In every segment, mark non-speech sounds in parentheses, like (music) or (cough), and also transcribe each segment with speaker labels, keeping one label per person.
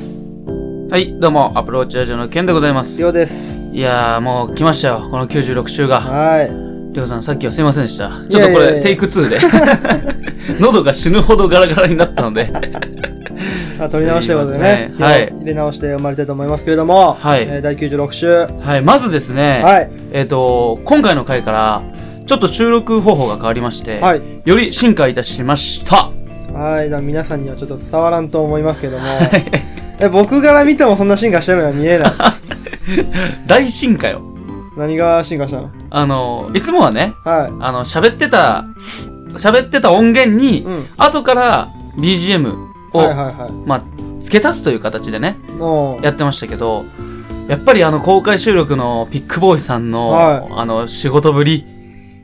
Speaker 1: はい、どうも、アプローチラジオのケンでございます。
Speaker 2: りょうです。
Speaker 1: いやー、もう来ましたよ、この96週が。
Speaker 2: は
Speaker 1: りょうさん、さっきはすいませんでした。ちょっとこれ、
Speaker 2: いやいやいや
Speaker 1: テイク2で。 (laughs) 喉が死ぬほどガラガラになったので。
Speaker 2: い。あ、取り直してことでね
Speaker 1: す。いませんはい
Speaker 2: 気を入れ直して生まれたいと思いますけれども。
Speaker 1: はい
Speaker 2: えー第96週。は
Speaker 1: はい、まずですね、
Speaker 2: い。
Speaker 1: えっ、と、今回の回から、ちょっと収録方法が変わりまして、
Speaker 2: はい。
Speaker 1: より進化いたしました。 (laughs)
Speaker 2: はい。だから皆さんにはちょっと伝わらんと思いますけども。え、僕から見てもそんな進化してるのは見
Speaker 1: (laughs)
Speaker 2: えない。
Speaker 1: 大進化よ。
Speaker 2: 何が進化したの
Speaker 1: あの、いつもはね、
Speaker 2: は
Speaker 1: あの、喋ってた、喋ってた音源に、
Speaker 2: い。うん。
Speaker 1: 後から BGM を、
Speaker 2: はいはいは
Speaker 1: まあ、付け足すという形でね、
Speaker 2: い。もう。
Speaker 1: やってましたけど、やっぱりあの公開収録のピックボーイさんの、
Speaker 2: はい
Speaker 1: あの仕事ぶり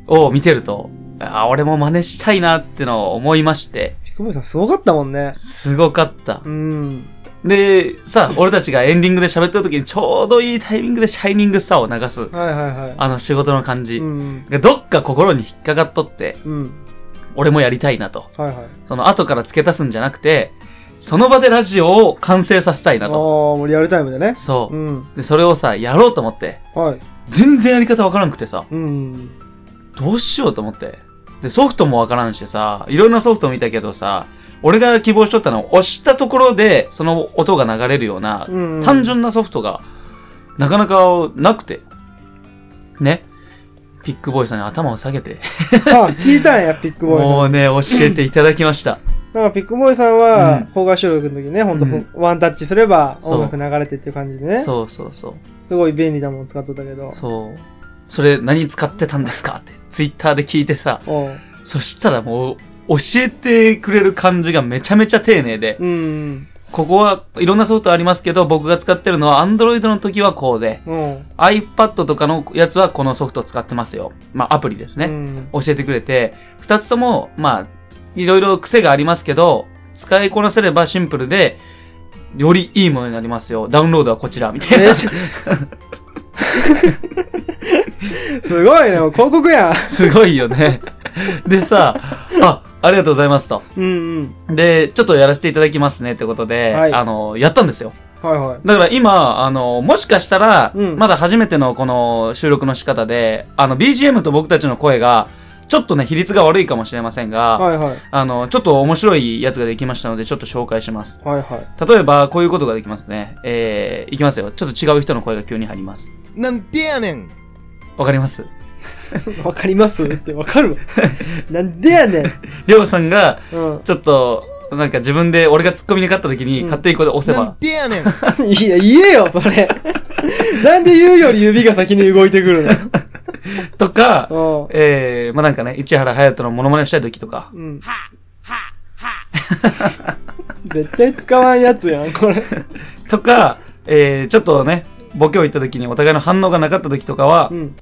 Speaker 1: を見てると、あ、俺も真似したいなってのを思いまして、
Speaker 2: ピクボーイさんすごかったもんね。
Speaker 1: すごかった
Speaker 2: う。ん。
Speaker 1: で、さ、俺たちがエンディングで喋ってる時にちょうどいいタイミングでシャイニングスターを流す、
Speaker 2: はいはいは
Speaker 1: あの仕事の感じ
Speaker 2: い。う。ん。
Speaker 1: がどっか心に引っかかっとって、
Speaker 2: うん。
Speaker 1: 俺もやりたいなと。
Speaker 2: はいはい。
Speaker 1: その後から付け足すんじゃなくて、その場でラジオを完成させたい
Speaker 2: あ
Speaker 1: な
Speaker 2: あ
Speaker 1: と。
Speaker 2: ー、もうリアルタイムでね。
Speaker 1: そうう。
Speaker 2: ん。
Speaker 1: で、それをさ、やろうと思って、
Speaker 2: はい。
Speaker 1: 全然やり方わからなくてさ、
Speaker 2: うん。
Speaker 1: どうしようと思って。で、ソフトもわからんしさ、いろんなソフト見たけどさ、俺が希望しとったのは押したところで、その音が流れるような、
Speaker 2: うん。
Speaker 1: 単純なソフトが、なかなかなくて。ね。ピックボーイさんに頭を下げて、
Speaker 2: あ、聞いたんや、ピックボーイさん。
Speaker 1: もうね、教えていただきました。
Speaker 2: なんかピックボーイさん
Speaker 1: う
Speaker 2: は
Speaker 1: ん、
Speaker 2: 公開収録の時ね、ほんとふ
Speaker 1: うん
Speaker 2: ワンタッチすれば
Speaker 1: そう
Speaker 2: 音楽流れてっていう感じでね、
Speaker 1: そうそうそう。
Speaker 2: すごい便利なもの使っとったけど、
Speaker 1: そう。それ何使ってたんですかって、ツイッターで聞いてさ、
Speaker 2: おう
Speaker 1: そしたらもう、教えてくれる感じがめちゃめちゃ丁寧で、
Speaker 2: うん、
Speaker 1: ここはいろんなソフトありますけど、僕が使ってるのは Android の時はこうで、
Speaker 2: うん、
Speaker 1: iPad とかのやつはこのソフト使ってますよ。まあアプリです
Speaker 2: う
Speaker 1: ね。 (laughs)
Speaker 2: ん、
Speaker 1: 教えてくれて、二つとも、まあ、いろいろ癖がありますけど、使いこなせればシンプルで、よりいいものになりますよ。ダウンロードはこちら、みたい
Speaker 2: え
Speaker 1: な
Speaker 2: ー。ちょすごいね、もう広告や
Speaker 1: (laughs)
Speaker 2: ん。
Speaker 1: すごいよね。でさ、あ、ありがとうございますと。
Speaker 2: うんうん。
Speaker 1: で、ちょっとやらせていただきますねってことで、
Speaker 2: はい
Speaker 1: あの、やったんですよ。
Speaker 2: はいはい。
Speaker 1: だから今、あの、もしかしたら、
Speaker 2: うん
Speaker 1: まだ初めてのこの収録の仕方で、あの、BGM と僕たちの声が、ちょっとね、比率が悪いかもしれませんが、
Speaker 2: はいはい。
Speaker 1: あの、ちょっと面白いやつができましたので、ちょっと紹介します。
Speaker 2: はいは
Speaker 1: 例えば、こういうことができますね。えー、いきますよ。ちょっと違う人の声が急に入ります。
Speaker 3: なんてやねん
Speaker 1: わかります
Speaker 2: い。わかりますってわ
Speaker 1: (laughs)
Speaker 2: かるわ。なんでやねん。
Speaker 1: りょうさんが、
Speaker 2: うん。
Speaker 1: ちょっと、なんか自分で、俺がツッコミに勝った時に、
Speaker 2: うん
Speaker 1: 勝手にこれ押せ
Speaker 3: な
Speaker 1: ば
Speaker 3: ん、てやねん
Speaker 2: いや、言えよ、それ。なんで言うより指が先に動いてくる
Speaker 1: とか、
Speaker 2: の。う
Speaker 1: えー、まあなんかね、市原隼人のモノマネをしたい時とか、
Speaker 2: ん。うん。 (laughs) 絶対使わんやつやん、これ。
Speaker 1: (laughs) とか、えー、ちょっとね、ボケを言った時にお互いの反応がなかった時とかは、
Speaker 2: う
Speaker 1: ち
Speaker 2: ん。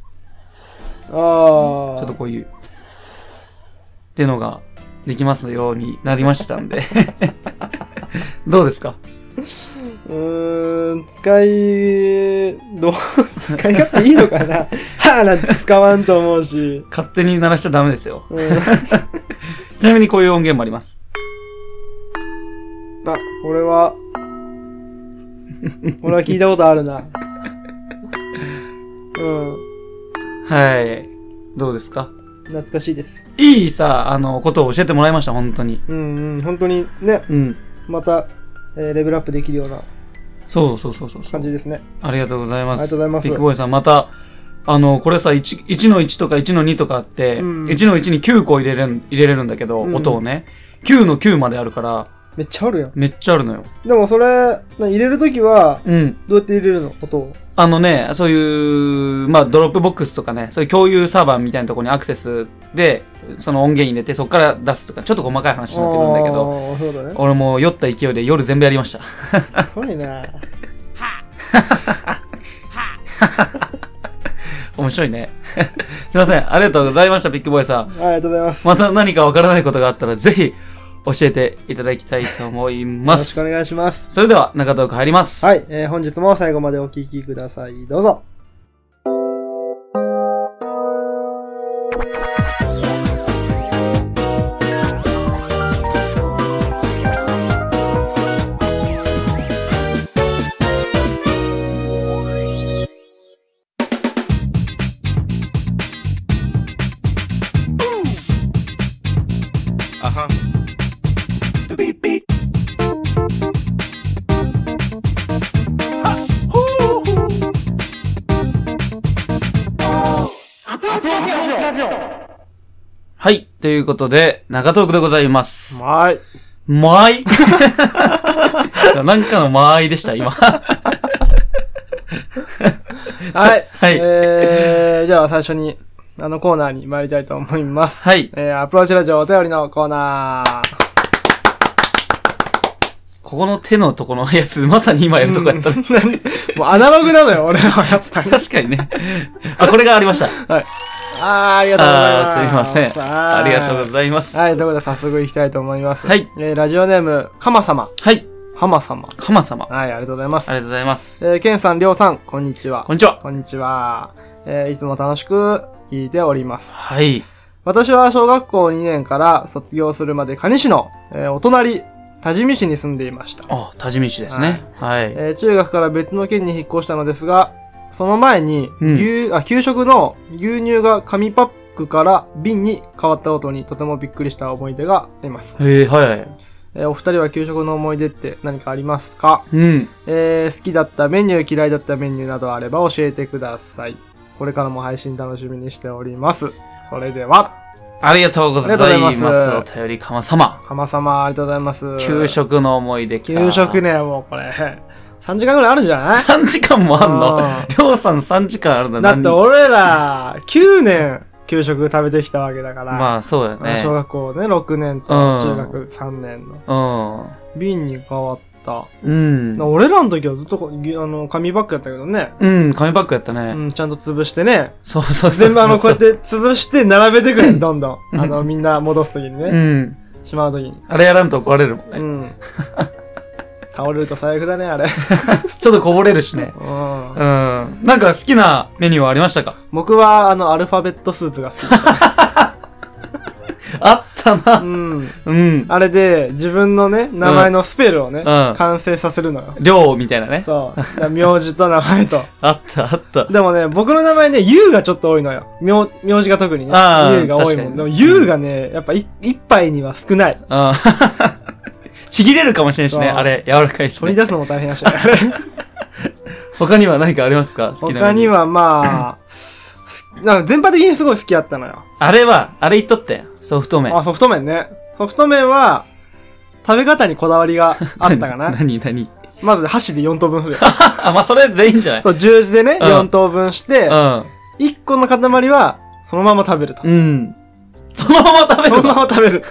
Speaker 2: ああ。
Speaker 1: ょっとこういう、っていうのができますようになりましたんで。 (laughs) どうですか
Speaker 2: うーん、使い、どう、使い勝手いいのか
Speaker 1: (laughs)
Speaker 2: なはあなんて使わんと思うし。
Speaker 1: 勝手に鳴らしちゃダメですよ。
Speaker 2: うん。
Speaker 1: (laughs) ちなみにこういう音源もあります。
Speaker 2: あ、これは、俺は聞いたことある
Speaker 1: (laughs)
Speaker 2: な。うん。
Speaker 1: はい。どうですか
Speaker 2: 懐かしいです。
Speaker 1: いいさ、あの、ことを教えてもらいました、本当に。
Speaker 2: うんうん、本当にね、
Speaker 1: うん。
Speaker 2: また、えーレベルアップできるような
Speaker 1: そうそうそうそうそう
Speaker 2: 感。じですね。
Speaker 1: ありがとうございます。
Speaker 2: ありがとうございます
Speaker 1: ビッグボーイさん、また、あの、これさ、1, 1の1とか1の2とかあって、
Speaker 2: うん
Speaker 1: 1の1に9個入れれん入れれるんだけど、
Speaker 2: うん
Speaker 1: 音をね。9の9まであるから、
Speaker 2: めっちゃあるやん。
Speaker 1: めっちゃあるのよ。
Speaker 2: でもそれ、な入れるときは、
Speaker 1: うん。
Speaker 2: どうやって入れるの音を。
Speaker 1: あのね、そういう、まあ、ドロップボックスとかね、そういう共有サーバーみたいなところにアクセスで、その音源入れて、そこから出すとか、ちょっと細かい話になってくるんだけど、
Speaker 2: あーそうだね。
Speaker 1: 俺もう酔った勢いで夜全部やりました。
Speaker 2: すごいな。
Speaker 1: 面白いね。 (laughs) すいません。ありがとうございました、ビッグボーイさん。
Speaker 2: ありがとうございます。
Speaker 1: また何かわからないことがあったら、ぜひ教えていただきたいと思い
Speaker 2: よ
Speaker 1: ま
Speaker 2: ろしくお
Speaker 1: す。
Speaker 2: 願いします。
Speaker 1: それでは、中トーク入ります。
Speaker 2: はい、えー本日も最後までお聞きください。どうぞ。
Speaker 3: 「
Speaker 2: 八王ラジオ
Speaker 1: はい。ということで、長トークでございます。
Speaker 2: はい。
Speaker 1: ま
Speaker 2: (laughs)
Speaker 1: いなんかの間合いでした、今。 (laughs)
Speaker 2: はい。
Speaker 1: はい
Speaker 2: えー、では最初に、あのコーナーに参りたいと思います。
Speaker 1: はい。
Speaker 2: えー、アプローチラジオお便りのコーナー。
Speaker 1: ここの手のとこのやつ、まさに今やるとこやった。
Speaker 2: もうアナログなのよ、俺らはやっぱ
Speaker 1: (laughs)
Speaker 2: り。
Speaker 1: 確かにね。あ、これがありました。
Speaker 2: あー、ありがとうございま
Speaker 1: あ
Speaker 2: す。
Speaker 1: ーすいません。
Speaker 2: は
Speaker 1: あ
Speaker 2: い
Speaker 1: りがとうございます。
Speaker 2: はい、ということで早速行きたいと思います。
Speaker 1: はい。
Speaker 2: えー、ラジオネーム、かまさま。
Speaker 1: はい。
Speaker 2: かまさま。
Speaker 1: かま様。あ
Speaker 2: はい、ありがとうございま
Speaker 1: り
Speaker 2: す。
Speaker 1: が
Speaker 2: え
Speaker 1: とうございます。
Speaker 2: ー、ケンさん、りょうさん、こんにちは。
Speaker 1: こんにちは。
Speaker 2: こんにちは。えー、いつも楽しく聞いております。
Speaker 1: はい。
Speaker 2: 私は小学校2年から卒業するまで蟹市の、えーお隣、多治見市に住んでいました。
Speaker 1: あ、多治見市ですね。はい。
Speaker 2: えー中学から別の県に引っ越したのですが、その前に、
Speaker 1: うん
Speaker 2: 牛あ給食の牛乳が紙パックから瓶に変わったことにとてもびっくりした思い出があります。
Speaker 1: えー、はい。
Speaker 2: えーお二人は給食の思い出って何かありますか、
Speaker 1: うん。
Speaker 2: えー好きだったメニュー、嫌いだったメニューなどあれば教えてください。これからも配信楽しみにしております。それでは、
Speaker 1: ありがとうござい
Speaker 2: ありが
Speaker 1: ま
Speaker 2: とう
Speaker 1: す。
Speaker 2: ござい
Speaker 1: お
Speaker 2: ます
Speaker 1: 便りかま様。
Speaker 2: かまさま、ありがとうございます。
Speaker 1: 給食の思い出か。
Speaker 2: 給食ね、もうこれ。3時間ぐらいあるんじゃない
Speaker 1: 3時間もあんの
Speaker 2: うん
Speaker 1: りょうさん3時間あるんだ
Speaker 2: だって
Speaker 1: 何
Speaker 2: 俺ら、9年、給食食べてきたわけだから。
Speaker 1: まあそうだよね
Speaker 2: 小。学校ね、6年と
Speaker 1: うん
Speaker 2: 中学3年の。
Speaker 1: う
Speaker 2: 瓶に変わった。
Speaker 1: ん。うん。
Speaker 2: 俺らの時はずっとこぎあの紙バッグやったけどね。
Speaker 1: うん、紙パックやった
Speaker 2: う
Speaker 1: ね。
Speaker 2: ん、ちゃんと潰してね。
Speaker 1: そうそうそう。。
Speaker 2: 全部あの、こうやってて潰して並べてくるどんどん。あの、みんな戻す時に
Speaker 1: う
Speaker 2: ね。
Speaker 1: ん。
Speaker 2: しまう時に。
Speaker 1: あれやらんと怒られるもん
Speaker 2: う
Speaker 1: ね。 (laughs)
Speaker 2: ん。倒れると最悪だね、あれ。
Speaker 1: ちょっとこぼれるしね。
Speaker 2: うん
Speaker 1: うん。。なんか好きなメニューはありましたか
Speaker 2: 僕は、あの、アルファベットスープが好きで
Speaker 1: (laughs)
Speaker 2: した。
Speaker 1: あった
Speaker 2: う
Speaker 1: な。
Speaker 2: ん。
Speaker 1: うん。
Speaker 2: あれで、自分のね、名前のスペルをね、
Speaker 1: うん
Speaker 2: 完成させるのよ。
Speaker 1: りょうみたいなね。
Speaker 2: そう。だから名字と名前と。
Speaker 1: あったあった。
Speaker 2: でもね、僕の名前ね、ゆうがちょっと多いのよ。名、名字が特にね
Speaker 1: あ。ー
Speaker 2: ゆうが多いもん。
Speaker 1: 確
Speaker 2: で
Speaker 1: か
Speaker 2: も、
Speaker 1: に
Speaker 2: ゆうがね、やっぱい一杯には少ない。
Speaker 1: うん。 (laughs) ちぎれるかもしれんしね。
Speaker 2: そう
Speaker 1: あれ、柔らかいし、
Speaker 2: 取り
Speaker 1: ね。
Speaker 2: 出すのも大
Speaker 1: (laughs)
Speaker 2: 変やし。あれ
Speaker 1: 他には何かありますか好きな
Speaker 2: 他
Speaker 1: メニ
Speaker 2: に
Speaker 1: ュー。
Speaker 2: はまあ、すなんか全般的にすごい好きやったのよ。
Speaker 1: あれは、あれ言っとったやんソフト麺。
Speaker 2: あ、ソフト麺ね。ソフト麺は、食べ方にこだわりがあったかな。
Speaker 1: (laughs) 何何
Speaker 2: まず箸で4等分するよ。
Speaker 1: あ、まあ、それ全員じゃない
Speaker 2: そう、十字でね、
Speaker 1: うん
Speaker 2: 4等分して、1個の塊は、そのまま食べると
Speaker 1: う。ん。うん。そのまま食べ
Speaker 2: そ
Speaker 1: る
Speaker 2: の
Speaker 1: の
Speaker 2: まま食べる。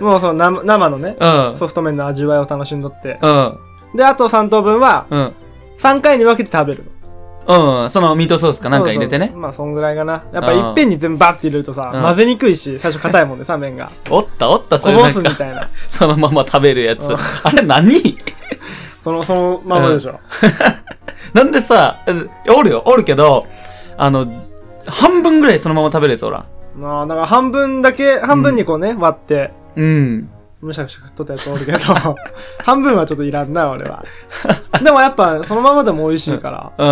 Speaker 2: もうその生生のね、
Speaker 1: (laughs) うん。
Speaker 2: ソフト麺の味わいを楽しんどって。
Speaker 1: うん。
Speaker 2: で、あと3等分は、
Speaker 1: うん。
Speaker 2: 3回に分けて食べるの。
Speaker 1: うん。そのミートソースかなんか入れて
Speaker 2: そう
Speaker 1: ね
Speaker 2: そ。うまあ、そんぐらいかな。や
Speaker 1: う
Speaker 2: っぱ
Speaker 1: ん
Speaker 2: いっぺんに全部バッて入れるとさ、
Speaker 1: うん
Speaker 2: 混ぜにくいし、最初硬い
Speaker 1: (laughs)
Speaker 2: もんでさ、麺が。
Speaker 1: おったおった、そ
Speaker 2: こ
Speaker 1: れな
Speaker 2: ぼ
Speaker 1: ん
Speaker 2: すみ
Speaker 1: か。 (laughs)
Speaker 2: たいな。
Speaker 1: そのまま食べるやつ
Speaker 2: うん。
Speaker 1: あれ何
Speaker 2: その、そのままでしょ。
Speaker 1: なんでさ、えおるよ、おるけど、あの、半分ぐらいそのまま食べるやつおらん。
Speaker 2: まあ、だから半分だけ、半分にこうね、割って、
Speaker 1: うん。
Speaker 2: むしゃくしゃ食っとったやつ
Speaker 1: (laughs)
Speaker 2: おるけど、半分はちょっといらんな、俺は。でもやっぱ、そのままでも美味しいから、
Speaker 1: う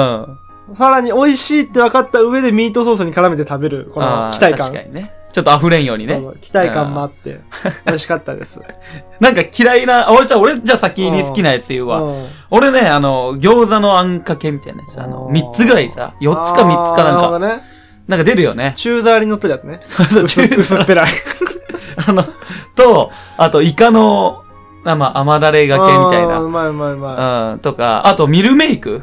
Speaker 1: ん。
Speaker 2: さらに美味しいって分かった上でミートソースに絡めて食べる、この
Speaker 1: あー
Speaker 2: 期待感
Speaker 1: 確。かにね。ちょっと溢れんようにね
Speaker 2: そ。う期待感もあって、美味しかったです。
Speaker 1: なんか嫌いな、あ俺じゃあ、俺じゃあ先に好きなやつ (laughs) 言うわ。
Speaker 2: うん
Speaker 1: 俺ね、あの、餃子のあんかけみたいなやつ、あの、
Speaker 2: うん
Speaker 1: 3つぐらいさ、4つか3つかなんか、
Speaker 2: あーるほどね。
Speaker 1: なんか出るよ
Speaker 2: (laughs)
Speaker 1: ね。
Speaker 2: チューザーに乗ってるやつね。
Speaker 1: そうそう、
Speaker 2: 薄
Speaker 1: チ
Speaker 2: っ
Speaker 1: ュー
Speaker 2: 薄
Speaker 1: ズ
Speaker 2: っ (laughs) ぺらい。
Speaker 1: あの、と、あと、イカの、あまあ、甘だれがけみたい
Speaker 2: あー
Speaker 1: な。
Speaker 2: うまいうまいうま
Speaker 1: うん、とか、あと、ミルメイク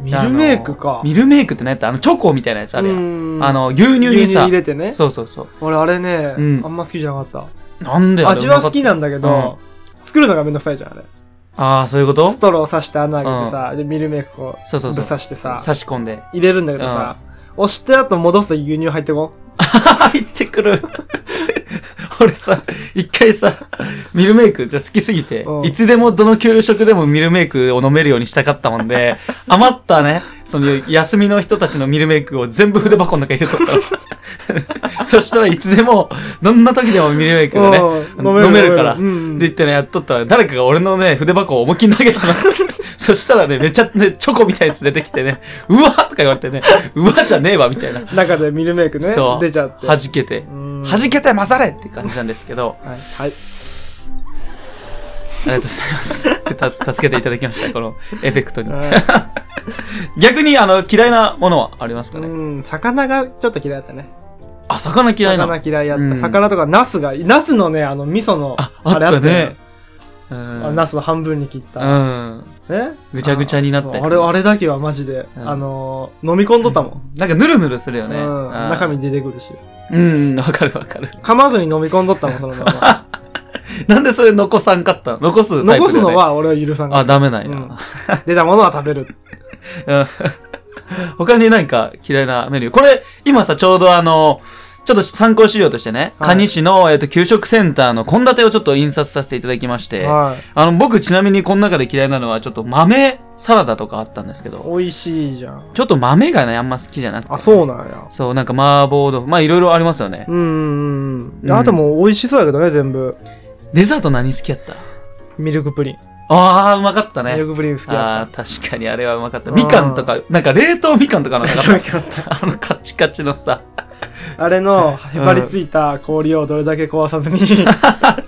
Speaker 2: い。ミルメイクか。
Speaker 1: ミルメイクって何やったあの、チョコみたいなやつあるやん。
Speaker 2: ん
Speaker 1: あ、の、牛乳
Speaker 2: 牛
Speaker 1: に
Speaker 2: 乳
Speaker 1: さ
Speaker 2: 入、れてね。
Speaker 1: そうそうそう。
Speaker 2: 俺あれね、
Speaker 1: うん
Speaker 2: あんま好きじゃなかっ
Speaker 1: なんで
Speaker 2: た。味は好き
Speaker 1: な
Speaker 2: なんだけど、作るのがめんどくさいじゃん、あれ。
Speaker 1: ああ、そういうこと
Speaker 2: ストロー刺して穴開けてさ、で、ミルメイクこう、
Speaker 1: そうそうそ
Speaker 2: ぶ
Speaker 1: う。
Speaker 2: っ刺してさ、
Speaker 1: 差し込んで。
Speaker 2: 入れるんだけどさ、押してあと戻すと牛乳入ってこ
Speaker 1: (laughs) 入ってくる。俺さ、一回さ、ミルメイク、じゃ好きすぎて、
Speaker 2: うん
Speaker 1: いつでもどの給食でもミルメイクを飲めるようにしたかったもんで、 (laughs) 余ったね、その休みの人たちのミルメイクを全部筆箱の中に入れとった
Speaker 2: (laughs)
Speaker 1: のそしたらいつでも、どんな時でもミルメイクがね、
Speaker 2: うん
Speaker 1: 飲めるから。
Speaker 2: 飲めるうん
Speaker 1: で言ってね、やっとったら、誰かが俺のね、筆箱を思いっきり投げた
Speaker 2: (laughs)
Speaker 1: の。そしたらね、めちゃ、ね、チョコみたいなやつ出てきてね、うわーとか言われてね、うわじゃねえわみたいな。
Speaker 2: う。中でミルメイクね
Speaker 1: (laughs) そ、う
Speaker 2: 出ちゃって。
Speaker 1: 弾けて。
Speaker 2: うん、
Speaker 1: 弾けて混ざれって感じなんですけど
Speaker 2: (laughs) はい。はい。 (laughs)
Speaker 1: ありがとうございます。た助けていただきました、このエフェクトに。
Speaker 2: うん
Speaker 1: 逆に、あの、嫌いなものはありますかね。
Speaker 2: うん、魚がちょっと嫌いだったね。
Speaker 1: あ、魚嫌いな。
Speaker 2: 魚嫌いだった。
Speaker 1: うん
Speaker 2: 魚とか、ナスが、ナスのね、あの、味噌の、
Speaker 1: あ、あった
Speaker 2: あったよ
Speaker 1: ね
Speaker 2: ね。
Speaker 1: う
Speaker 2: あの
Speaker 1: ん。
Speaker 2: ナスの半分に切った。
Speaker 1: うん。
Speaker 2: ね
Speaker 1: ぐちゃぐちゃになったやつ
Speaker 2: あれ、あれだけはマジで、
Speaker 1: うん
Speaker 2: あのー、飲み込んどったもん。
Speaker 1: なんかぬるぬるするよね。
Speaker 2: うん、
Speaker 1: あー
Speaker 2: 中身出てくるし。
Speaker 1: うん、わかるわかる。
Speaker 2: 噛まずに飲み込んどったもん、その
Speaker 1: (laughs)
Speaker 2: まま。
Speaker 1: なんでそれ残さんかったの残すタイプだよね
Speaker 2: 残すの。は俺は許さん
Speaker 1: あ、
Speaker 2: が
Speaker 1: ダメない
Speaker 2: うん
Speaker 1: な。
Speaker 2: 出たものは食
Speaker 1: (laughs)
Speaker 2: べる。
Speaker 1: うん他に何か嫌いなメニュー。これ、今さ、ちょうどあの、ちょっと参考資料としてね、
Speaker 2: はい
Speaker 1: 蟹市の、えっと給食センターの献立をちょっと印刷させていただきまして、
Speaker 2: はい。
Speaker 1: あの、僕ちなみにこの中で嫌いなのは、ちょっと豆サラダとかあったんですけど、
Speaker 2: 美味しいじゃん。
Speaker 1: ちょっと豆がね、あんま好きじゃなくて。
Speaker 2: あ、そうなんや。
Speaker 1: そう、なんか麻婆豆腐。まあ、いろいろありますよね。
Speaker 2: うんうん
Speaker 1: う
Speaker 2: うんん。あともう美味しそうだけどね、全部。
Speaker 1: デザート何好きやった
Speaker 2: ミルクプリン。
Speaker 1: あー、うまかった
Speaker 2: ミ
Speaker 1: ね
Speaker 2: ル。クプリン好きだ
Speaker 1: あ
Speaker 2: っ
Speaker 1: ー、確かにあれはうまかった。
Speaker 2: うん。
Speaker 1: みかんとか、なんか冷凍みかんとかのなかったた
Speaker 2: (laughs) めっちゃ美味しかっ
Speaker 1: あのカチカチのさ、
Speaker 2: たあれの、へばりついた氷をどれだけ壊さずに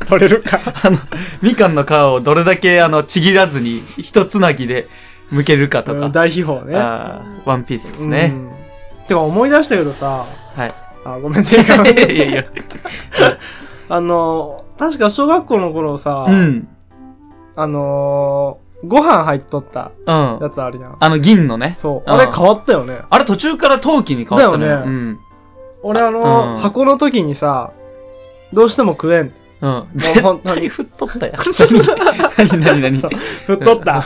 Speaker 2: 取れるか。
Speaker 1: あの、みかんの皮をどれだけあの、ちぎらずに、一つなぎで剥けるか (laughs) と
Speaker 2: うん
Speaker 1: か。
Speaker 2: 大秘宝ね。
Speaker 1: あーワンピースですね。
Speaker 2: うん。てか思い出したけどさ、
Speaker 1: はい。 (laughs)
Speaker 2: あ、ごめんね。
Speaker 1: いやいやいや。
Speaker 2: あの、確か小学校の頃さ、
Speaker 1: うん。うん。
Speaker 2: あのー、ご飯入っとったや
Speaker 1: あ
Speaker 2: つあるやん。
Speaker 1: の、銀のね。
Speaker 2: そう。
Speaker 1: うん
Speaker 2: あれ変わったよね。
Speaker 1: あれ途中から陶器に変わったの
Speaker 2: だ
Speaker 1: よ。
Speaker 2: よ
Speaker 1: う
Speaker 2: ね
Speaker 1: ん。
Speaker 2: 俺あ
Speaker 1: う
Speaker 2: の
Speaker 1: ん
Speaker 2: ー、箱の時にさ、どうしても食えん。
Speaker 1: うん。絶
Speaker 2: 本当
Speaker 1: 対
Speaker 2: に
Speaker 1: 振っと
Speaker 2: (laughs)
Speaker 1: ったやん。何何何
Speaker 2: そう
Speaker 1: 何
Speaker 2: 振っと
Speaker 1: (laughs)
Speaker 2: った。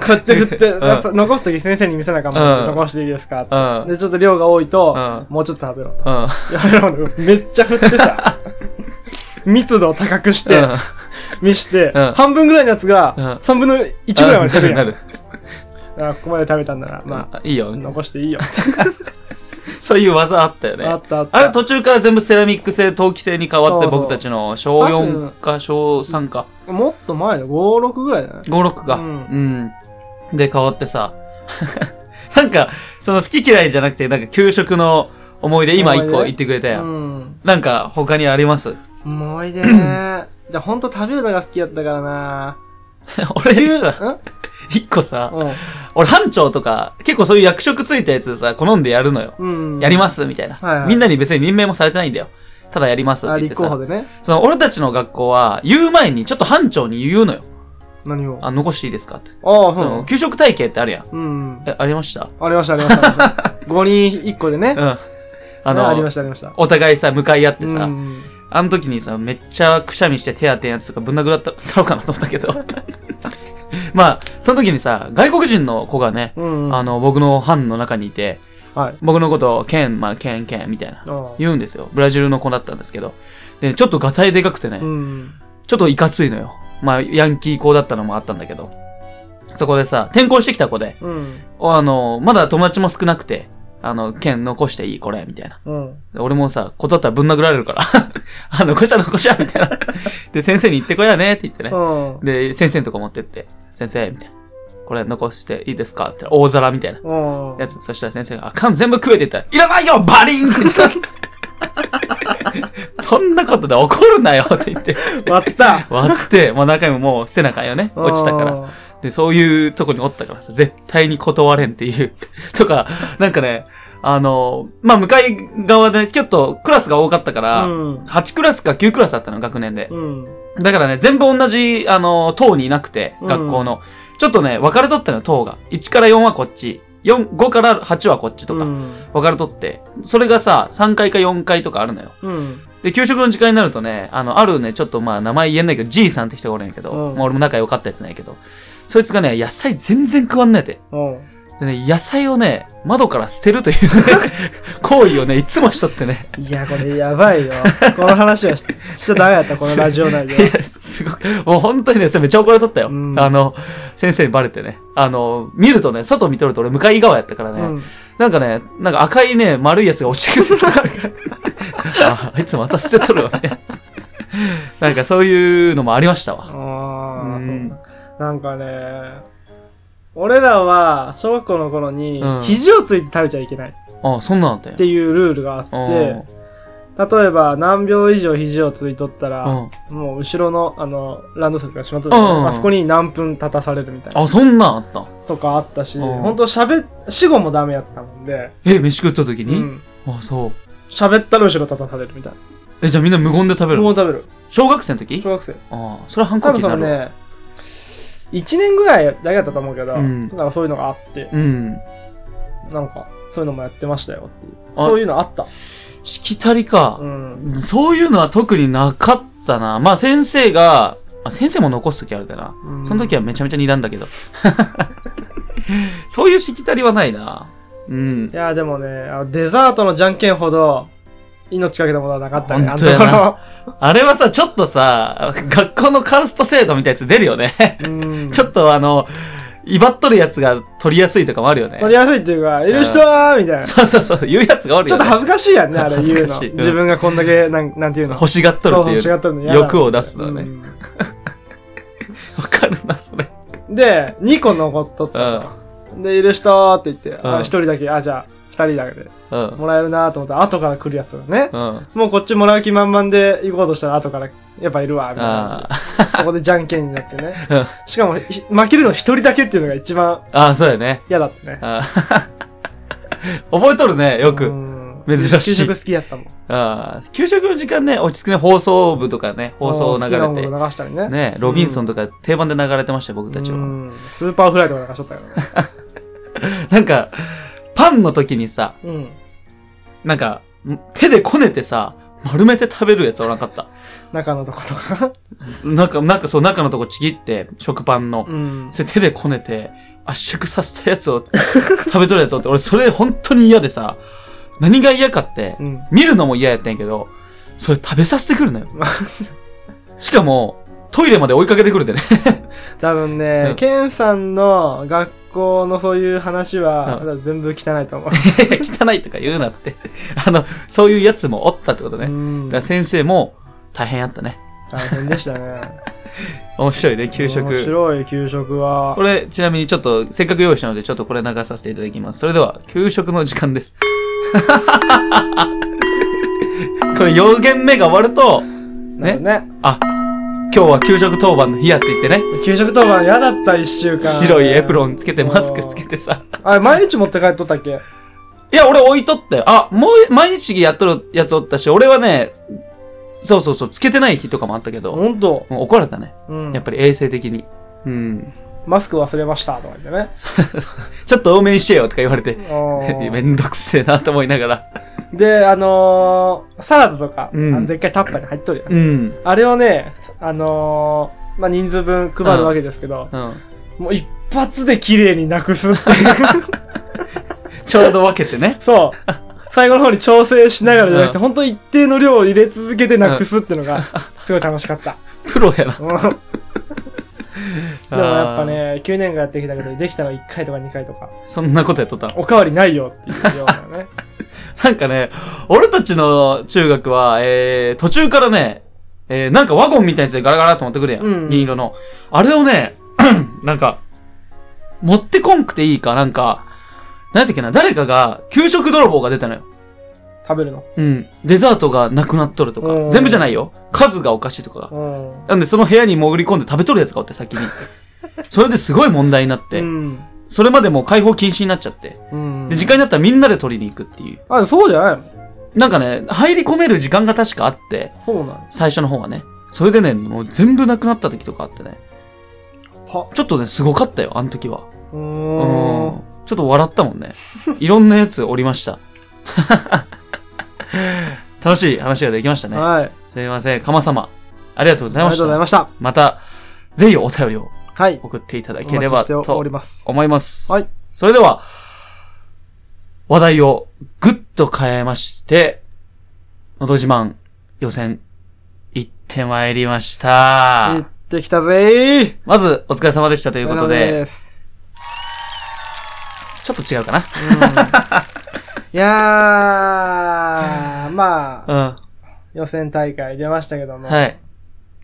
Speaker 2: 買って振って、
Speaker 1: ん
Speaker 2: やっぱ残す時先生に見せなかった、
Speaker 1: うん
Speaker 2: 残していいですかって
Speaker 1: うん。
Speaker 2: で、ちょっと量が多いと、
Speaker 1: う
Speaker 2: もうちょっと食べろと。
Speaker 1: うん。
Speaker 2: やめろとめっちゃ振ってさ、 (laughs) 密度を高くして、見して、
Speaker 1: うん
Speaker 2: 半分ぐらいのやつが、
Speaker 1: うん
Speaker 2: 3分の1ぐらいまで減る
Speaker 1: な
Speaker 2: や。
Speaker 1: んる
Speaker 2: あここまで食べたんなら、
Speaker 1: なる
Speaker 2: ま。
Speaker 1: あいいよ
Speaker 2: あ、。残していいよ。
Speaker 1: そういう技あったよね。
Speaker 2: あったあった。
Speaker 1: あれ途中から全部セラミック製、陶器製に変わって
Speaker 2: そうそう
Speaker 1: 僕たちの小4か小3か
Speaker 2: もっと前だ、5、6ぐらいじゃない
Speaker 1: 5、6か。う。
Speaker 2: うん
Speaker 1: で変わってさ。 (laughs) なんか、その好き嫌いじゃなくて、なんか給食の思い出、今1個
Speaker 2: 思い出
Speaker 1: 言ってくれたや。
Speaker 2: うんん。
Speaker 1: なんか他にあります (laughs)
Speaker 2: 思い出
Speaker 1: (clears throat)
Speaker 2: ね。じゃあ、ほんと食べるのが好きやったからな。
Speaker 1: 俺さ、1個さ、
Speaker 2: うん
Speaker 1: 俺班長とか、結構そういう役職ついたやつさ、好んでやるのよ。
Speaker 2: うん。
Speaker 1: やりますみたいな、
Speaker 2: はいはい
Speaker 1: みんなに別に任命もされてないんだよ。ただやりますって
Speaker 2: あ、
Speaker 1: 言って
Speaker 2: 立候補
Speaker 1: さ。
Speaker 2: でね。
Speaker 1: その俺たちの学校は、言う前にちょっと班長に言うのよ。
Speaker 2: 何を。あ
Speaker 1: あ、残していいですかって。
Speaker 2: あ、
Speaker 1: そ
Speaker 2: そうな
Speaker 1: の、
Speaker 2: の。
Speaker 1: 給食体系ってあるやん。
Speaker 2: うん。
Speaker 1: え、ありました
Speaker 2: ありました、あり
Speaker 1: (laughs)
Speaker 2: ました。5人1個でね
Speaker 1: う。ん。あ
Speaker 2: あの、ありま
Speaker 1: の、
Speaker 2: した、ありました。
Speaker 1: お互いさ、向かい合って
Speaker 2: う
Speaker 1: さ、
Speaker 2: ん
Speaker 1: あの時にさ、めっちゃくしゃみして手当てんやつとかぶん殴らったろうかなと思ったけど。
Speaker 2: (laughs)
Speaker 1: まあ、その時にさ、外国人の子がね、
Speaker 2: うん。
Speaker 1: あの、僕の班の中にいて、
Speaker 2: はい。
Speaker 1: 僕のことを、ケン、まあ、ケン、ケン、みたいな。
Speaker 2: あ
Speaker 1: 言うんですよ。ブラジルの子だったんですけど。で、ちょっとガタイでかくてね、
Speaker 2: うん。
Speaker 1: ちょっといかついのよ。まあ、ヤンキー校だったのもあったんだけど。そこでさ、転校してきた子で、
Speaker 2: うん。
Speaker 1: あの、まだ友達も少なくて、あの、剣残していいこれ、みたいな。
Speaker 2: うん。
Speaker 1: で俺もさ、断ったらぶん殴られるから。 (laughs) あ、残しちゃ残しちゃ、みたいな。で、先生に行ってこいやね、って言ってね
Speaker 2: う。ん。
Speaker 1: で、先生のとこ持ってって、先生、みたいな。これ残していいですかって言ったら大皿みたいな。
Speaker 2: うん。
Speaker 1: やつ、そしたら先生が、あかん、全部食えって言ったら、いらないよバ
Speaker 2: (laughs)
Speaker 1: リンって言った。そんなことで怒るなよって言って、
Speaker 2: 割った
Speaker 1: 割って、もう中身ももう捨てなあかんよね、 (laughs) 落ちたから。
Speaker 2: ら。
Speaker 1: で、そういうとこにおったからさ、絶対に断れんっていう。 (laughs) とか、なんかね、あの、まあ、向かい側で、ちょっとクラスが多かったから、
Speaker 2: うん。
Speaker 1: 8クラスか9クラスだったの、学年で。
Speaker 2: うん。
Speaker 1: だからね、全部同じ、あの、党にいなくて、
Speaker 2: うん
Speaker 1: 学校の。ちょっとね、分かれとったの、党が。1から4はこっち、4、5から8はこっちとか、
Speaker 2: うん
Speaker 1: 分かれとって。それがさ、3回か4回とかあるのよ。
Speaker 2: うん。
Speaker 1: で、給食の時間になるとね、あの、あるね、ちょっとまあ、名前言えないけど、じいさんって人がおるんやけど、
Speaker 2: うん
Speaker 1: まあ、俺も仲良かったやつなんやけど、そいつがね、野菜全然食わんねえて。
Speaker 2: うん。
Speaker 1: でね、野菜をね、窓から捨てると
Speaker 2: (laughs)
Speaker 1: いうね、行為をね、いつもしとってね。
Speaker 2: いや、これ
Speaker 1: (laughs)
Speaker 2: やばいよ。この話はししちゃダメだった、このラジオ内
Speaker 1: い
Speaker 2: で
Speaker 1: や、すごく、もう本当にね、それめっちゃ怒られとったよ。
Speaker 2: うん
Speaker 1: あの、先生にバレてね。あの、見るとね、外見とると俺、向かい側やったからね、
Speaker 2: は。うん。
Speaker 1: なんかね、なんか赤いね、丸いやつが落ちてくる。あ、あいつまた捨てとるわね。なんかそういうのもありましたわ。
Speaker 2: あ
Speaker 1: うん
Speaker 2: あ、なんかね、俺らは小学校の頃に
Speaker 1: うん
Speaker 2: 肘をついて食べちゃいけないっ
Speaker 1: ああ、そんなんだよ。
Speaker 2: ていうルールがあ
Speaker 1: あ
Speaker 2: って、例えば、何秒以上肘をついとったら、
Speaker 1: うん。
Speaker 2: もう後ろの、あの、ランドセルがしまっとるじゃない
Speaker 1: うん
Speaker 2: あそこに何分立たされるみたいな、
Speaker 1: あ、そんなんあった。
Speaker 2: とかあったし、
Speaker 1: うん
Speaker 2: 本当喋、死後もダメやったもんで、
Speaker 1: え、飯食った時
Speaker 2: う
Speaker 1: に
Speaker 2: ん。
Speaker 1: あ、そう。
Speaker 2: 喋ったら後ろ立たされるみたい
Speaker 1: え、じゃあみんな無言で食べ
Speaker 2: な。
Speaker 1: る
Speaker 2: もう食べる。
Speaker 1: 小学生の時
Speaker 2: 小学生。
Speaker 1: ああ、それは反
Speaker 2: 多
Speaker 1: 抗期
Speaker 2: 分
Speaker 1: に
Speaker 2: そ
Speaker 1: な
Speaker 2: の
Speaker 1: るわ。
Speaker 2: ね、1年ぐらいだけだったと思うけど、
Speaker 1: うん
Speaker 2: なんかそういうのがあって、
Speaker 1: うん。
Speaker 2: なんか、そういうのもやってましたよっていう。
Speaker 1: あ
Speaker 2: そういうのあった。
Speaker 1: しきたりか
Speaker 2: う。ん。
Speaker 1: そういうのは特になかったな。まあ先生が、あ先生も残す時あるだな。
Speaker 2: うん
Speaker 1: その時はめちゃめちゃ睨んだけど。 (laughs) そういうしきたりはないな。うん
Speaker 2: い。やーでもね、あのデザートのじゃんけんほど、命かけたものはなかったね。あ
Speaker 1: 本当
Speaker 2: の
Speaker 1: や
Speaker 2: とこ
Speaker 1: な
Speaker 2: ろ。
Speaker 1: あれはさ、ちょっとさ、学校のカースト制度みたいなやつ出るよね。 (laughs)
Speaker 2: うん
Speaker 1: ちょっとあの、威張っとるやつが取りやすいとかもあるよね。
Speaker 2: 取りやすいっていうか、いる人はみたいな。ち
Speaker 1: そうそうそう、言うやつがおる
Speaker 2: ょ
Speaker 1: よ
Speaker 2: っと
Speaker 1: ね。
Speaker 2: 恥ずかしいやんね、あ
Speaker 1: (laughs)
Speaker 2: れ
Speaker 1: 恥
Speaker 2: 言
Speaker 1: ず
Speaker 2: う
Speaker 1: か
Speaker 2: の
Speaker 1: しい。うん
Speaker 2: 自分がこんだけ、なんなんていうの。
Speaker 1: 欲しがっとるって
Speaker 2: そう欲
Speaker 1: い
Speaker 2: し
Speaker 1: う。
Speaker 2: がっとるの嫌だ
Speaker 1: 欲を出すのはね。わ、かるな、それ。
Speaker 2: うんで、2個残っとっ
Speaker 1: う
Speaker 2: た。
Speaker 1: ん。
Speaker 2: で、いる人って言って、
Speaker 1: うん
Speaker 2: 1人だけ、あ、じゃあ、2人だけで
Speaker 1: うん。
Speaker 2: もらえるなと思ったら、後から来るやつがね。
Speaker 1: うん。
Speaker 2: もうこっちもらう気満々で行こうとしたら、後から、やっぱいるわ、みたい
Speaker 1: あ
Speaker 2: な。そこでじゃんけんになってね。
Speaker 1: あ。
Speaker 2: しかも、ひ負けるの1人だけっていうのが一番
Speaker 1: ああ、そうやね。
Speaker 2: 嫌だったね。
Speaker 1: ああ (laughs) 覚えとるね、よ
Speaker 2: う
Speaker 1: く。
Speaker 2: ん
Speaker 1: 珍しい
Speaker 2: 給食好きやったもん。
Speaker 1: ああ給食の時間ね、落ち着くね、放送部とかね、放送を流
Speaker 2: 好
Speaker 1: れ
Speaker 2: きな
Speaker 1: て
Speaker 2: 音。楽流したりね。
Speaker 1: ね、ロビンソンとか定番で流れてましたよ、僕たち
Speaker 2: う
Speaker 1: は。
Speaker 2: んスーパーフライとかなんかしとったよね。
Speaker 1: なんか、パンの時にさ、
Speaker 2: うん。
Speaker 1: なんか、ん手でこねてさ、丸めて食べるやつおらんかった。
Speaker 2: 中のとこと
Speaker 1: (laughs)
Speaker 2: か。
Speaker 1: なんか、なんかそう、中のとこちぎって、食パンの。
Speaker 2: うん。
Speaker 1: それ手でこねて、圧縮させたやつを、食べとるやつをって、俺それ本当に嫌でさ、何が嫌かって
Speaker 2: う、ん。
Speaker 1: 見るのも嫌やったんやけど、それ食べさせてくるのよ。しかも、トイレまで追いかけてくるでね。 (laughs)
Speaker 2: 多分
Speaker 1: う
Speaker 2: ね
Speaker 1: ん、
Speaker 2: ケンさんの学校のそういう話は、
Speaker 1: う
Speaker 2: 全部汚いと
Speaker 1: (laughs)
Speaker 2: 思う。
Speaker 1: 汚いとか言うなって。あの、そういうやつもおったってことね。
Speaker 2: う
Speaker 1: だ
Speaker 2: ん。
Speaker 1: から先生も大変やったね。
Speaker 2: 大変でしたね。
Speaker 1: 面白いね、給
Speaker 2: 面
Speaker 1: 食。
Speaker 2: 白い給食は
Speaker 1: こ。れ、ちなみにちょっと、せっかく用意したので、ちょっとこれ流させていただきます。それでは、給食の時間です。 (laughs) これ、4限目が終わると、
Speaker 2: なんかね。
Speaker 1: あ、今日は給食当番の日やって言ってね、
Speaker 2: 給食当番嫌だった一週間。
Speaker 1: 白いエプロ
Speaker 2: ン。
Speaker 1: ンつけてマスクつけてさ、
Speaker 2: あれ、毎日持って帰っとったっけ
Speaker 1: いや、俺置いとったよ。あ、もう、毎日やっとるやつおったし、俺はね、そうそうそう、つけてない日とかもあったけど、
Speaker 2: ほんと。
Speaker 1: もう怒られたね。
Speaker 2: うん
Speaker 1: やっ。ぱり衛生的に。うん。
Speaker 2: マスク忘れました、とか言っ
Speaker 1: (laughs)
Speaker 2: てね。
Speaker 1: ちょっと多めにしてよとか言われて、
Speaker 2: う
Speaker 1: (laughs)
Speaker 2: ん
Speaker 1: めんどくせえなと思いながら。
Speaker 2: で、あのー、サラダとか、あ
Speaker 1: うん
Speaker 2: のでっかいタッパーに入っとるやん
Speaker 1: う。ん。
Speaker 2: あれをね、あのーまあ、人数分配るわけですけど、
Speaker 1: うん。
Speaker 2: もう一発で綺麗になくすっていう。 (laughs)
Speaker 1: ちょうど分けてね。
Speaker 2: そう。最後の方に調整しながらじゃなくて、
Speaker 1: う
Speaker 2: 本当一定の量を入れ続けてなくすってのが、すごい楽しかった。
Speaker 1: プロやな。
Speaker 2: うんでもやっぱね、9年間やってきたけど、できたの1回とか2回とか、
Speaker 1: そんなことやっとったの。
Speaker 2: おかわりないよっていうよう
Speaker 1: (laughs)
Speaker 2: なね。
Speaker 1: なんかね、俺たちの中学は、えー、途中からね、えー、なんかワゴンみたいなやつでガラガラと持ってくるやん。
Speaker 2: うん
Speaker 1: 銀色の。あれをね、 (clears throat) なんか、持ってこんくていいか、なんか、何やったっけな、誰かが、給食泥棒が出たのよ。
Speaker 2: 食べるの。
Speaker 1: うん。デザートがなくなっとると
Speaker 2: う
Speaker 1: か。
Speaker 2: ん
Speaker 1: 全部じゃないよ。数がおかしいとかが。
Speaker 2: うん。
Speaker 1: なんで、その部屋に潜り込んで食べとるやつがおって、
Speaker 2: (laughs)
Speaker 1: 先に。それですごい問題になって、
Speaker 2: うん。
Speaker 1: それまでもう解放禁止になっちゃって。
Speaker 2: うん。
Speaker 1: で、時間になったらみんなで取りに行くっていう。
Speaker 2: あ、そうじゃないの
Speaker 1: なんかね、入り込める時間が確かあって、
Speaker 2: そうなの。
Speaker 1: 最初の方はね。それでね、もう全部なくなった時とかあってね。
Speaker 2: は。
Speaker 1: ちょっとね、すごかったよ、あの時は。
Speaker 2: う
Speaker 1: うん
Speaker 2: ーん。。
Speaker 1: ちょっと笑ったもんね。いろんなやつおりました。 (laughs) 楽しい話ができましたね。
Speaker 2: はい。あ
Speaker 1: すみません、かま様。ありがとうござ
Speaker 2: り
Speaker 1: い
Speaker 2: が
Speaker 1: ま
Speaker 2: と
Speaker 1: し
Speaker 2: うござい
Speaker 1: た。
Speaker 2: ました。
Speaker 1: また、ぜひお便りを
Speaker 2: はい。
Speaker 1: 送っていただ
Speaker 2: お
Speaker 1: けれ
Speaker 2: 待ち
Speaker 1: ば
Speaker 2: しており
Speaker 1: と
Speaker 2: ます。
Speaker 1: 思います。
Speaker 2: はい。
Speaker 1: それでは、話題をぐっと変えまして、のど自慢予選行ってまいりまし。
Speaker 2: 行ったてきたぜー
Speaker 1: まず、お疲れ様でしたとい
Speaker 2: と
Speaker 1: うことで、ちょっと違うかな。 (laughs)
Speaker 2: いやー、まあ、
Speaker 1: うん。
Speaker 2: 予選大会出ましたけども。
Speaker 1: はい。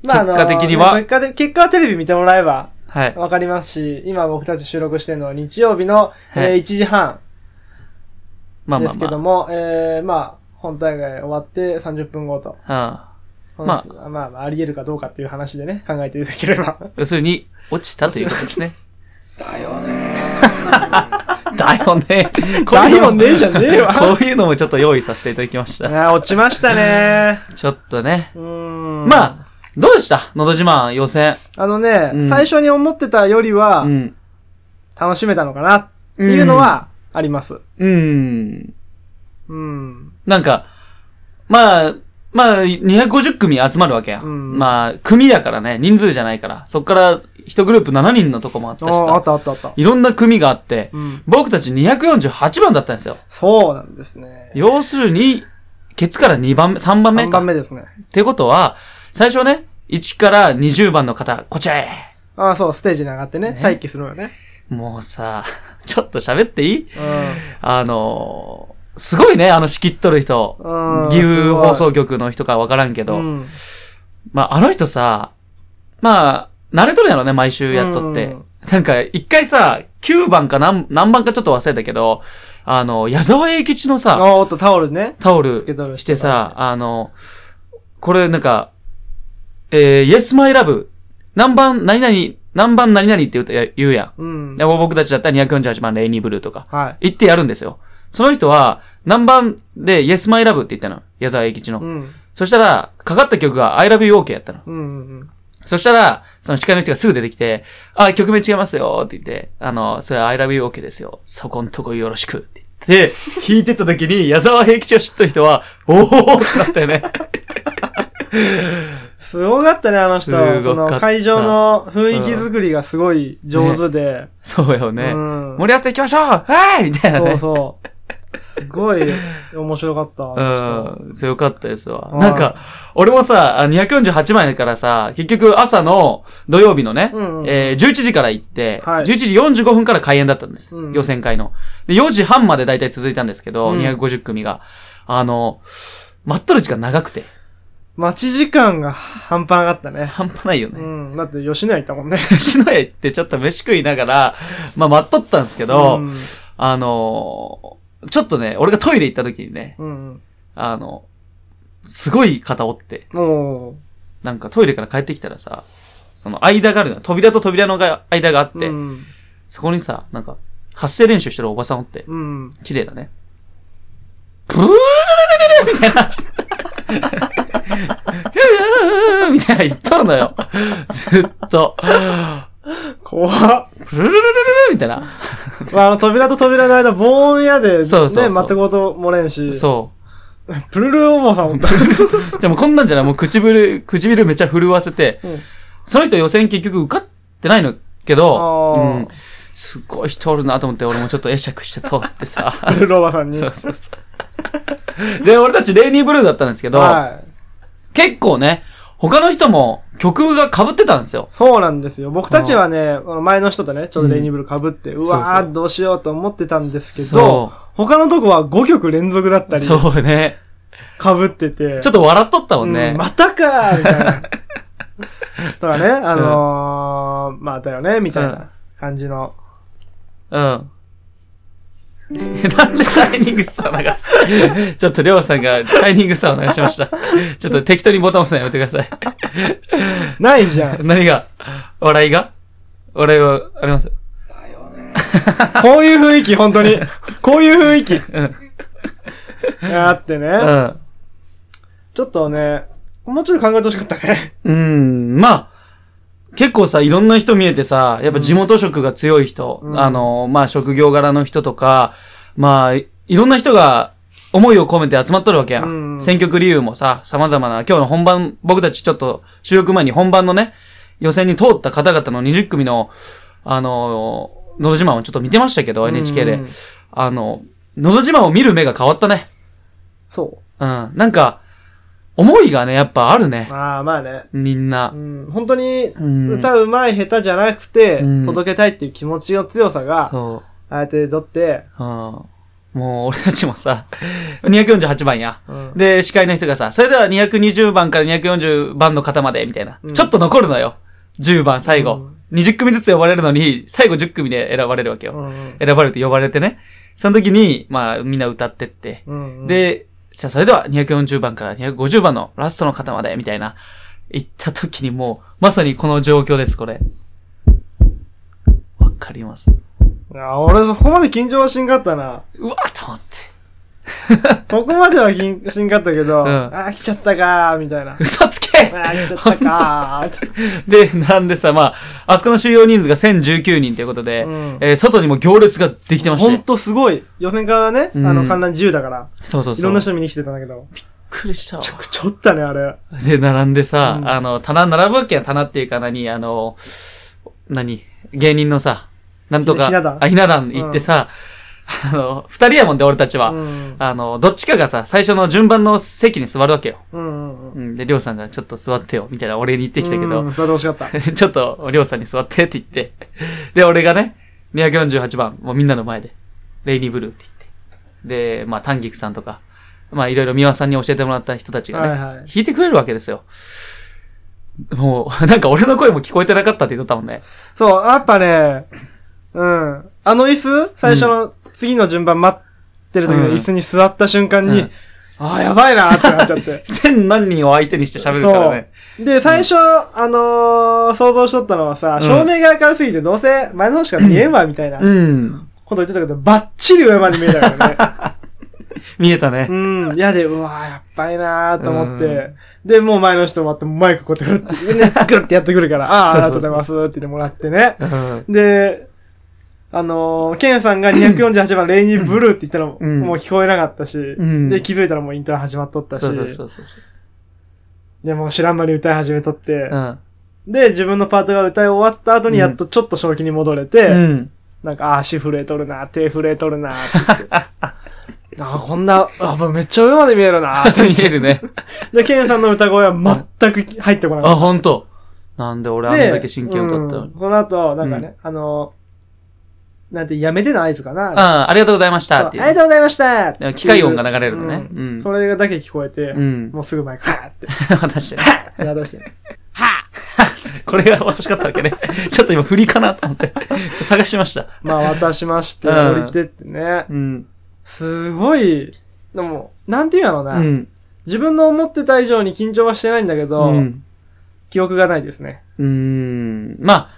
Speaker 2: まああの
Speaker 1: 結果的には
Speaker 2: 結果で結果はテレビ見てもらえば
Speaker 1: はい。
Speaker 2: わかりますし、今僕たち収録してるのは日曜日の、
Speaker 1: はい
Speaker 2: えー1時半
Speaker 1: まあ
Speaker 2: で
Speaker 1: まあ
Speaker 2: すけ
Speaker 1: ま
Speaker 2: ども、えーまあ、本大会終わって30分後と。
Speaker 1: あ
Speaker 2: この
Speaker 1: ま
Speaker 2: まあ、まあ、あり得るかどうかっていう話でね、考えていただければ。
Speaker 1: (laughs) あ、要するに、落ちたということですね。
Speaker 3: だよね。
Speaker 1: (laughs) だよね。
Speaker 2: (laughs) だよねじゃねえわ
Speaker 1: こういうのもちょっと用意させていただきました。
Speaker 2: あー落ちましたね。
Speaker 1: (laughs) ちょっとね。
Speaker 2: うーん。
Speaker 1: まあ、どうでしたのど自慢予選。
Speaker 2: あのね、
Speaker 1: うん
Speaker 2: 最初に思ってたよりは、
Speaker 1: ん。
Speaker 2: 楽しめたのかなっていうのは、あります。
Speaker 1: うん。
Speaker 2: うん。
Speaker 1: なんか、まあ、まあ、250組集まるわけや。
Speaker 2: うん
Speaker 1: まあ、組だからね、人数じゃないから。そっから、一グループ7人のとこもあった
Speaker 2: あ
Speaker 1: し
Speaker 2: あ、あっ
Speaker 1: さ。
Speaker 2: たあったあった。
Speaker 1: いろんな組があって、
Speaker 2: うん。
Speaker 1: 僕たち248番だったんですよ。
Speaker 2: そうなんですね。
Speaker 1: 要するに、ケツから2番目、3番目
Speaker 2: 3
Speaker 1: か。
Speaker 2: 番目ですね。
Speaker 1: ってことは、最初ね、1から20番の方、こちらへ。
Speaker 2: ああ、そう、ステージに上がってね、
Speaker 1: ね
Speaker 2: 待機するのよね。
Speaker 1: もうさ、ちょっと喋っていい
Speaker 2: うん。
Speaker 1: あのー、すごいね、あの仕切っとる人。
Speaker 2: うん
Speaker 1: 岐
Speaker 2: す
Speaker 1: 阜
Speaker 2: ごい
Speaker 1: 放送局の人かわからんけど、
Speaker 2: うん
Speaker 1: まあ、あの人さ、まあ、慣れとるやろね、毎週やっとって。
Speaker 2: うん
Speaker 1: なんか、一回さ、9番か何何番かちょっと忘れたけど、あの、矢沢永吉の
Speaker 2: あ
Speaker 1: さ、
Speaker 2: あ、おっと、タオルね。
Speaker 1: タオ
Speaker 2: つけとる人
Speaker 1: ル
Speaker 2: が
Speaker 1: してさ、あの、これなんか、えー、Yes My Love、何番、何々、何番何々って言うとや言うや
Speaker 2: うん
Speaker 1: ん。で。僕たちだったら248番レイニーブルーとか。
Speaker 2: はい。
Speaker 1: 言ってやるんですよ。その人は、何番で Yes My Love って言ったの。矢沢永吉の。
Speaker 2: うん。
Speaker 1: そしたら、かかった曲が I Love You OK やったの。
Speaker 2: うんうんうん。
Speaker 1: そしたら、その司会の人がすぐ出てきて、あ、曲名違いますよって言って、あの、それ I Love You OK ですよ。そこんとこよろしくって言って、弾いてた時に矢沢永吉を知った人は、おおってなったよ
Speaker 2: (laughs)
Speaker 1: ね。
Speaker 2: すごかったね、あの人
Speaker 1: すごかっ。た
Speaker 2: その会場の雰囲気作りがすごい上手で。
Speaker 1: そうよね。
Speaker 2: うん
Speaker 1: 盛り上がっていきましょうはいみたいな
Speaker 2: そう
Speaker 1: ね。
Speaker 2: そう。すごい面白かった。あ
Speaker 1: うん、強かったですわ。
Speaker 2: はい
Speaker 1: なんか、俺もさ、あ248枚だからさ、結局朝の土曜日のね、
Speaker 2: うんうん
Speaker 1: えー11時から行って、
Speaker 2: はい
Speaker 1: 11時45分から開演だったんです。
Speaker 2: うん
Speaker 1: 予選会の。で、4時半までだいたい続いたんですけど、
Speaker 2: うん
Speaker 1: 250組が。あの、待っとる時間長くて、
Speaker 2: 待ち時間が半端なかったね。
Speaker 1: 半端ないよ
Speaker 2: う
Speaker 1: ね。 (laughs)
Speaker 2: ん。だって吉野家行ったもんね。
Speaker 1: 吉野家行ってちょっと飯食いながら、まあ待っとったんですけど、
Speaker 2: うん
Speaker 1: あのーちょっとね、俺がトイレ行った時にね、
Speaker 2: うん。
Speaker 1: あの、すごい方おって、
Speaker 2: も
Speaker 1: なんかトイレから帰ってきたらさ、その間があるのよ。扉と扉のが間があっ
Speaker 2: う。
Speaker 1: て、
Speaker 2: うん。
Speaker 1: そこにさ、なんか、発声練習してるおばさんおって、
Speaker 2: うん。
Speaker 1: 綺麗だね。ブールルルルルみたいな。ふーみたいな言っとるのよ。ずっと。
Speaker 2: 怖っ。
Speaker 1: ブルルルルルルみたいな。
Speaker 2: まあ、あの、扉と扉の間、防音屋で、ね、
Speaker 1: そうそうそう
Speaker 2: 全く音もれんし。
Speaker 1: そ
Speaker 2: プルルお坊さんもおった。
Speaker 1: う。でもこんなんじゃない。もう唇、唇めっちゃ震わせて、
Speaker 2: うん
Speaker 1: その人予選結局受かってないのけど、
Speaker 2: (laughs) あ
Speaker 1: う
Speaker 2: ー
Speaker 1: ん、すごい人おるなと思って、俺もちょっと会釈して通ってさ。
Speaker 2: プ (laughs) ルルおばさんに。
Speaker 1: そうそうそう。 (laughs) で、俺たちレイニーブルーだったんですけど、
Speaker 2: はい。
Speaker 1: 結構ね、他の人も曲が被ってたんですよ。
Speaker 2: そうなんですよ。僕たちはね、あの前の人とね、ちょうどレイニーブル被って、うわ
Speaker 1: そうそ
Speaker 2: ー、
Speaker 1: う
Speaker 2: どうしようと思ってたんですけ
Speaker 1: そ
Speaker 2: ど、他のとこは5曲連続だったり、被
Speaker 1: そうね。
Speaker 2: って
Speaker 1: ちょ
Speaker 2: て、
Speaker 1: っ
Speaker 2: と
Speaker 1: と笑っとったもんね。
Speaker 2: またかーみた
Speaker 1: (laughs)
Speaker 2: いな。とかね、あのー、まあだよね、みたい
Speaker 1: うん
Speaker 2: な感じの。
Speaker 1: うん。 (laughs) なんでシャイニングスターを流す (laughs) ちょっとりょうさんがシャイニングスターを流しました。ちょっと適当にボタン押すのやめてください。
Speaker 2: ないじゃん。
Speaker 1: 何が笑いが笑いはあります
Speaker 3: だよね。
Speaker 2: こういう雰囲気、本当に。こういう雰囲気。
Speaker 1: うん。
Speaker 2: あってね。
Speaker 1: うん。
Speaker 2: ちょっとね、もうちょっと考えてほしかった
Speaker 1: (laughs)
Speaker 2: ね。
Speaker 1: うん、まあ、結構さ、いろんな人見えてさ、やっぱ地元色が強い人、
Speaker 2: うん
Speaker 1: あの、まあ職業柄の人とか、まあ、いろんな人が思いを込めて集まっとるわけや、
Speaker 2: うん
Speaker 1: ん。選曲理由もさ、様々な、今日の本番、僕たちちょっと収録前に本番のね、予選に通った方々の20組の、あの、のど自慢をちょっと見てましたけど、NHK で。
Speaker 2: うん
Speaker 1: あの、のど自慢を見る目が変わったね。
Speaker 2: そ
Speaker 1: うん。なんか、思いがね、やっぱあるね
Speaker 2: う。。ああ、まあね。
Speaker 1: みんな
Speaker 2: う。ん、本当に、
Speaker 1: うん
Speaker 2: 歌うまい下手じゃなくて、
Speaker 1: うん
Speaker 2: 届けたいっていう気持ちの強さが、
Speaker 1: そう。
Speaker 2: ああやって取って、
Speaker 1: うんもう俺たちもさ、248番や。
Speaker 2: うん
Speaker 1: で、司会の人がさ、それでは220番から240番の方まで、みたいな。
Speaker 2: うん
Speaker 1: ちょっと残るのよ。10番最後。
Speaker 2: うん
Speaker 1: 20組ずつ呼ばれるのに、最後10組で選ばれるわけよ。
Speaker 2: うん
Speaker 1: 選ばれて呼ばれてね。その時に、まあみんな歌ってって。
Speaker 2: うん、
Speaker 1: で、じゃあそれでは240番から250番のラストの方まで、みたいな、行った時にもう、まさにこの状況です、これ。わかります。
Speaker 2: いや、俺そこまで緊張はしんかったな。
Speaker 1: うわと思って。
Speaker 2: ここまでは緊しんかったけど、
Speaker 1: うん
Speaker 2: あー来ちゃったかー、
Speaker 1: (laughs)
Speaker 2: みたいな。あ
Speaker 1: 嘘つけ
Speaker 2: ー来ちゃったかーって。
Speaker 1: で、なんでさ、まあ、あそこの収容人数が1019人ということで、
Speaker 2: うん
Speaker 1: えー外にも行列ができてまし
Speaker 2: ほ
Speaker 1: た
Speaker 2: んとすごい。予選からね、あ
Speaker 1: うん
Speaker 2: の、観覧自由だから、
Speaker 1: そうそうそう。
Speaker 2: いろんな人見に来てたんだけど、
Speaker 1: びっくりしたわ
Speaker 2: めちゃくちゃおったね、あれ。
Speaker 1: で、並んでさ、
Speaker 2: うん
Speaker 1: あの、棚、並ぶわけやん棚っていうか何、あの、何、芸人のさ、なんとか、
Speaker 2: ひな壇
Speaker 1: あ、ひな壇行ってさ、あの、二人やもんで俺たちは、
Speaker 2: うん。
Speaker 1: あの、どっちかがさ、最初の順番の席に座るわけよ。
Speaker 2: うんうんうん。
Speaker 1: うん、で、りょうさんがちょっと座ってよ、みたいな俺に言ってきたけど、
Speaker 2: うん、それで欲しかった。
Speaker 1: (laughs) ちょっと、りょうさんに座ってって言って。で、俺がね、248番、もうみんなの前で、レイニーブルーって言って。で、まあ、丹菊さんとか、まあ、いろいろ三輪さんに教えてもらった人たちがね、
Speaker 2: はいはい
Speaker 1: 弾いてくれるわけですよ。もう、 (laughs) なんか俺の声も聞こえてなかったって言っとったもんね。
Speaker 2: そう、やっぱね、うん。あの椅子、最初の、次の順番待ってる時の椅子に座った瞬間に、
Speaker 1: うん
Speaker 2: ああ、やばいなーってなっちゃって。
Speaker 1: 千何人を相手にして (laughs) 喋るからね。
Speaker 2: そう。で、最初、あのー想像しとったのはさ、
Speaker 1: うん
Speaker 2: 照明が明るすぎてどうせ前の方しか見えんわ、みたいな
Speaker 1: う
Speaker 2: こと
Speaker 1: ん。
Speaker 2: 言ってたけど、バッチリ上まで見えたからね。
Speaker 1: (laughs) 見えたね。
Speaker 2: うん、嫌で、うわー、やっばいなーと思っ
Speaker 1: う
Speaker 2: て
Speaker 1: ん、
Speaker 2: で、もう前の人もあって、マイクこうやって、グッグッてやってくるか
Speaker 1: (laughs)
Speaker 2: ら、ああ、ありがとうございますって言ってもらってね。
Speaker 1: うん。
Speaker 2: で、あのー、ケンさんが248番、レイニーブルーって言ったのも、
Speaker 1: うん
Speaker 2: もう聞こえなかったし、
Speaker 1: ん
Speaker 2: で、気づいたらもうイントロ始まっとったし、
Speaker 1: そうそうそうそうそう。
Speaker 2: で、もう知らん間に歌い始めとって
Speaker 1: う、ん。
Speaker 2: で、自分のパートが歌い終わった後にやっとちょっと正気に戻れて、
Speaker 1: うん。
Speaker 2: なんか、あー足震えとるな、手震えとるな、って言
Speaker 1: (laughs)
Speaker 2: って。あーこんな、あーめっちゃ上まで見えるな、って
Speaker 1: 見えるね。
Speaker 2: で、ケンさんの歌声は全く入ってこなか
Speaker 1: あ、
Speaker 2: っ
Speaker 1: ほんと。なんで俺
Speaker 2: た。
Speaker 1: あん
Speaker 2: で、
Speaker 1: だけ真剣歌ったの
Speaker 2: うん
Speaker 1: に。
Speaker 2: この後、なんかね、あの、なんて、やめての合図かな。
Speaker 1: あありがとうございまし
Speaker 2: そう
Speaker 1: た
Speaker 2: あ
Speaker 1: って
Speaker 2: り
Speaker 1: いう。
Speaker 2: がとうございました
Speaker 1: でも機械音が流れるのね
Speaker 2: うん
Speaker 1: うん
Speaker 2: それだけ聞こえて、
Speaker 1: うん。
Speaker 2: もうすぐ前から、はーって、
Speaker 1: (laughs) 私ね。
Speaker 2: はーってして。
Speaker 1: これが欲しかったわけね。 (laughs) ちょっと今振りかなと思って。 (laughs) 探しました。
Speaker 2: (laughs) まあ、渡しまして、
Speaker 1: うん
Speaker 2: 降りてってね。
Speaker 1: うん。
Speaker 2: すごい、でも、なんていうんやろう
Speaker 1: う
Speaker 2: な。
Speaker 1: ん。
Speaker 2: 自分の思ってた以上に緊張はしてないんだけど、
Speaker 1: うん。
Speaker 2: 記憶がないですね。
Speaker 1: うん。まあ、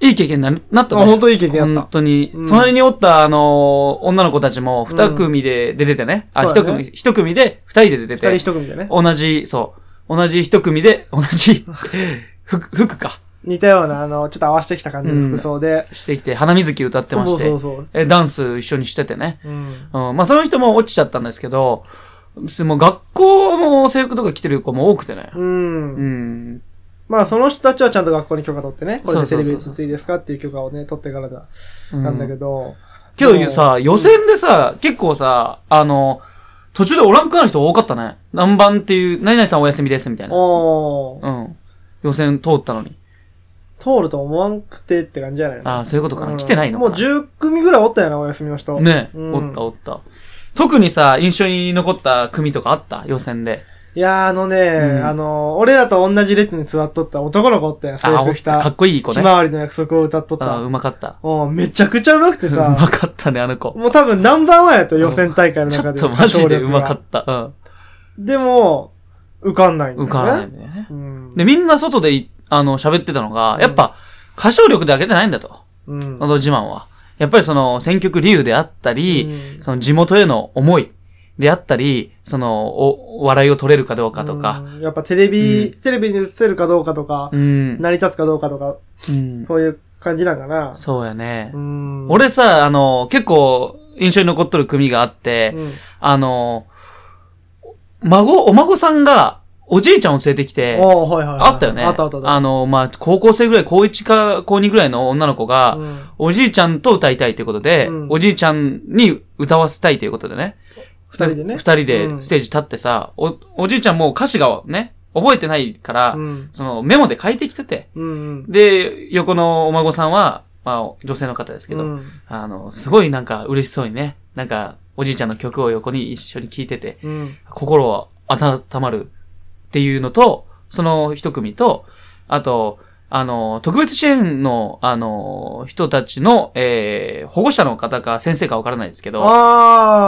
Speaker 1: いい経験にななった
Speaker 2: あ
Speaker 1: ね。
Speaker 2: 本当いい経験だ
Speaker 1: 本
Speaker 2: っ
Speaker 1: 当に、
Speaker 2: うん
Speaker 1: 隣におった、あのー女の子たちも、二組で出ててね。あ、
Speaker 2: そ
Speaker 1: 一
Speaker 2: うだね
Speaker 1: 組、一組で、二人で出て
Speaker 2: た。二
Speaker 1: て。
Speaker 2: 人一組でね。
Speaker 1: 同じ、そう。同じ一組で、同
Speaker 2: (laughs)
Speaker 1: じ服、服か。
Speaker 2: 似たような、あの、ちょっと合わせてきた感じの服装で。
Speaker 1: してきて、花水木歌ってま
Speaker 2: そ
Speaker 1: し
Speaker 2: うそ
Speaker 1: て
Speaker 2: う。そう。
Speaker 1: え、ダンス一緒にしててね。
Speaker 2: うん。
Speaker 1: うん。まあ、その人も落ちちゃったんですけど、すもう学校の制服とか着てる子も多くてね。
Speaker 2: うん
Speaker 1: うん。
Speaker 2: まあ、その人たちはちゃんと学校に許可取ってね、これでテレビ
Speaker 1: そう
Speaker 2: 映
Speaker 1: そうそう
Speaker 2: っていいですかっていう許可をね、取ってからだ
Speaker 1: うん
Speaker 2: なんだけど。
Speaker 1: けどさ、予選でさ、結構さ、あの、途中でおらんくなる人多かったね。何番っていう、何々さんお休みですみたいな。
Speaker 2: おー、
Speaker 1: うん。予選通ったのに。
Speaker 2: 通ると思わんくてって感じじゃないの
Speaker 1: ああ、そういうことかな。
Speaker 2: うん
Speaker 1: 来てないの
Speaker 2: も
Speaker 1: か
Speaker 2: う
Speaker 1: な。
Speaker 2: 10組ぐらいおったよな、お休みの人。
Speaker 1: ね、
Speaker 2: うん
Speaker 1: おったおった。特にさ、印象に残った組とかあった予選で。
Speaker 2: いやー、あのね、
Speaker 1: ん
Speaker 2: あの、俺らと同じ列に座っとった男の子おったよ、制
Speaker 1: あ、お
Speaker 2: 服
Speaker 1: っ
Speaker 2: 着。
Speaker 1: た。かったこいい子
Speaker 2: ひ
Speaker 1: ね。
Speaker 2: まわりの約束を歌っとっ
Speaker 1: あう
Speaker 2: た。
Speaker 1: まかった。
Speaker 2: うん、めちゃくちゃうまく
Speaker 1: (laughs)
Speaker 2: て
Speaker 1: う
Speaker 2: さ、
Speaker 1: まかったね、あの子。
Speaker 2: もう多分ナンバーワンやったよ、予選大会の
Speaker 1: ちょ
Speaker 2: 中
Speaker 1: っ
Speaker 2: で。
Speaker 1: とマジでうまか
Speaker 2: 歌
Speaker 1: っ
Speaker 2: 唱力が
Speaker 1: た。
Speaker 2: でも、受かんないん
Speaker 1: う
Speaker 2: だよ
Speaker 1: ん。受か
Speaker 2: ね。
Speaker 1: らないんだよね。
Speaker 2: うん。
Speaker 1: で、みんな外でい、あの、喋ってたのが、やっぱ、歌唱力だけじゃないんだと。
Speaker 2: うん
Speaker 1: のど自慢は。やっぱりその選曲理由であったり、
Speaker 2: うん
Speaker 1: その地元への思いであったり、そのお、お笑いを取れるかどうかとか。
Speaker 2: うんやっぱテレビ、
Speaker 1: う
Speaker 2: テレビに映せるかどうかとか、
Speaker 1: うん。
Speaker 2: 成り立つかどうかとか、
Speaker 1: うん
Speaker 2: そういう感じなんかな。
Speaker 1: そうやね
Speaker 2: う。ん。
Speaker 1: 俺さ、あの、結構印象に残っとる組があって、
Speaker 2: うん、
Speaker 1: あの、孫、お孫さんがおじいちゃんを連れてきて、
Speaker 2: おーはいはいはい
Speaker 1: あったよね。
Speaker 2: あったあったあった。
Speaker 1: あの、まあ、高校生ぐらい、高1か高2ぐらいの女の子が、
Speaker 2: うん
Speaker 1: おじいちゃんと歌いたいということで、
Speaker 2: うん
Speaker 1: おじいちゃんに歌わせたいということでね。
Speaker 2: 二人でね
Speaker 1: 二人でステージ立ってさ、お、おじいちゃんもう歌詞がね、覚えてないから、
Speaker 2: うん。
Speaker 1: そのメモで書いてきてて。
Speaker 2: うん。
Speaker 1: で、横のお孫さんは、まあ、女性の方ですけど、
Speaker 2: うん。
Speaker 1: あの、すごいなんか嬉しそうにね、なんか、おじいちゃんの曲を横に一緒に聴いてて、
Speaker 2: うん。
Speaker 1: 心は温まるっていうのと、その一組と、あと、あの、特別支援の、あの、人たちの、えー、保護者の方か先生かわからないですけど、あ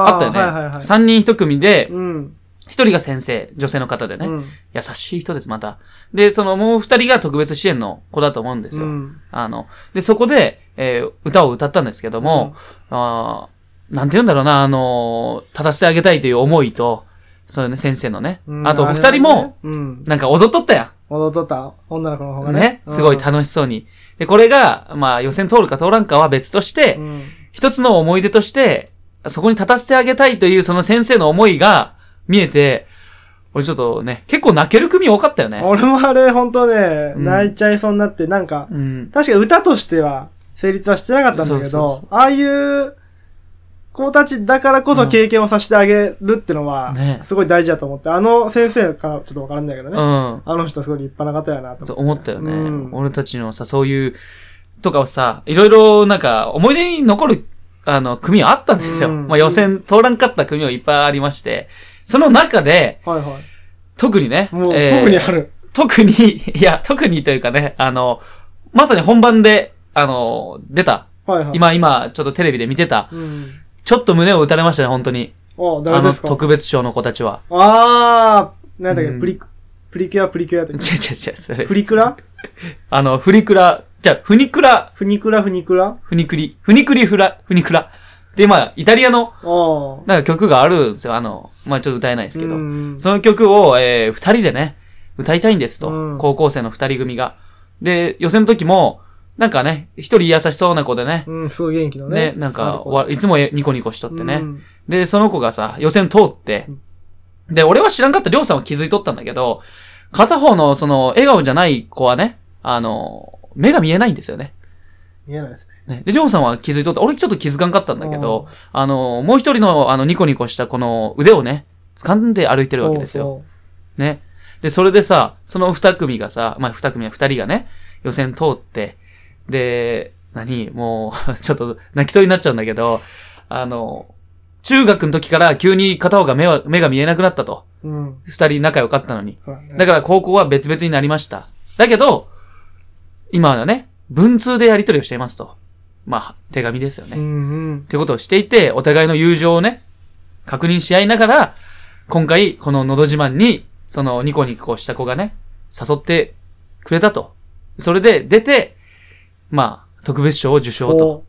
Speaker 2: ああ
Speaker 1: ったよね。
Speaker 2: はいはいはい。
Speaker 1: 3人一組で、
Speaker 2: うん。
Speaker 1: 一人が先生、女性の方でね、
Speaker 2: うん
Speaker 1: 優しい人です、また。で、そのもう二人が特別支援の子だと思うんです
Speaker 2: う
Speaker 1: よ。
Speaker 2: ん
Speaker 1: あの、で、そこで、えー歌を歌ったんですけども、あーなんて言うんだろうな、あのー立たせてあげたいという思いと、そうね、先生のね、
Speaker 2: うん
Speaker 1: あと
Speaker 2: れ
Speaker 1: 二人
Speaker 2: だね
Speaker 1: も、
Speaker 2: うん。
Speaker 1: なんか踊っとったや
Speaker 2: 踊っとった女の子の方が
Speaker 1: ん。
Speaker 2: ね。
Speaker 1: ね、すごい
Speaker 2: た
Speaker 1: 楽しそうに。で、これが、まあ予選通るか通らんかは別として、
Speaker 2: うん。
Speaker 1: 一つの思い出として、そこに立たせてあげたいというその先生の思いが見えて、俺ちょっとね、結構泣ける組多かったよね。
Speaker 2: 俺もあれ、ほんとね、
Speaker 1: うん
Speaker 2: 泣いちゃいそうになって、なんか、
Speaker 1: うん。
Speaker 2: 確かに歌としては成立はしてなかったんだけ
Speaker 1: そうそうそ
Speaker 2: ど、ああいう子たちだからこそ経験をさせてあげるってのは
Speaker 1: ね、
Speaker 2: すごい大事だと思って、あの先生からちょっとわからんだけど
Speaker 1: う
Speaker 2: ね、
Speaker 1: ん。
Speaker 2: あの人すごい立派な方やな
Speaker 1: と
Speaker 2: と。
Speaker 1: 思ったよね、
Speaker 2: うん
Speaker 1: 俺たちのさ、そういう、とかをさ、いろいろなんか思い出に残る、あの、組はあったんですよ。
Speaker 2: うん
Speaker 1: まあ予選通らんかった組はいっぱいありまして、その中で、
Speaker 2: はいはい。
Speaker 1: 特にね、
Speaker 2: もう、
Speaker 1: えー
Speaker 2: 特にある。
Speaker 1: 特に、 (laughs) いや、特にというかね、あの、まさに本番で、あの、出た、
Speaker 2: はいはい。。
Speaker 1: 今、今、ちょっとテレビで見てた、
Speaker 2: うん。
Speaker 1: ちょっと胸を打たれましたね、本当に。
Speaker 2: お、
Speaker 1: あ
Speaker 2: 誰で
Speaker 1: の
Speaker 2: すか
Speaker 1: 特別賞の子たちは。
Speaker 2: あー、なんだっけ、
Speaker 1: うん
Speaker 2: プリク、プリキュア、プリキュアって
Speaker 1: 違う違。う違う、それ
Speaker 2: プ。リクラ
Speaker 1: あの、フリクラ、じゃあ、フニクラ、
Speaker 2: フニクラ、フニクラ
Speaker 1: フニクリ、フニクリフラ、フニクラ。で、まあ、イタリアの、
Speaker 2: おー。
Speaker 1: なんか曲があるんですよ。あの、まあ、ちょっと歌えないですけど。
Speaker 2: うん
Speaker 1: その曲を、えー、二人でね、歌いたいんですと。
Speaker 2: うん
Speaker 1: 高校生の二人組が。で、予選の時も、なんかね、一人優しそうな子でね、
Speaker 2: うん、すごい元気の
Speaker 1: ね
Speaker 2: ね。
Speaker 1: なんか、わいつもえニコニコしとってね。
Speaker 2: うん
Speaker 1: で、その子がさ、予選通って
Speaker 2: うん、
Speaker 1: で、俺は知らんかった、りょうさんは気づいとったんだけど、片方の、その、笑顔じゃない子はね、あの、目が見えないんですよね。
Speaker 2: 見えないですね。
Speaker 1: ねで、りょうさんは気づいとった。俺ちょっと気づかんかったんだけど、あの、もう一人の、あの、ニコニコしたこの腕をね、掴んで歩いて
Speaker 2: て
Speaker 1: るわけですよ。ね。で、それでさ、その二組がさ、まあ二組は二人がね、予選通って、で、何もう、 (laughs) ちょっと泣きそうになっちゃうんだけど、あの、中学の時から急に片方が目は目が見えなくなったと。
Speaker 2: そう。うん。
Speaker 1: 二人仲良かったのに。
Speaker 2: ほらね
Speaker 1: だから高校は別々になりました。だけど、今はね、文通でやり取りをしていますと。まあ、手紙ですよね。
Speaker 2: う
Speaker 1: っ
Speaker 2: んうん。
Speaker 1: てことをしていて、お互いの友情をね、確認し合いながら、今回、こののど自慢に、そのニコニコした子がね、誘ってくれたと。それで出て、まあ、特別賞を受賞と。
Speaker 2: お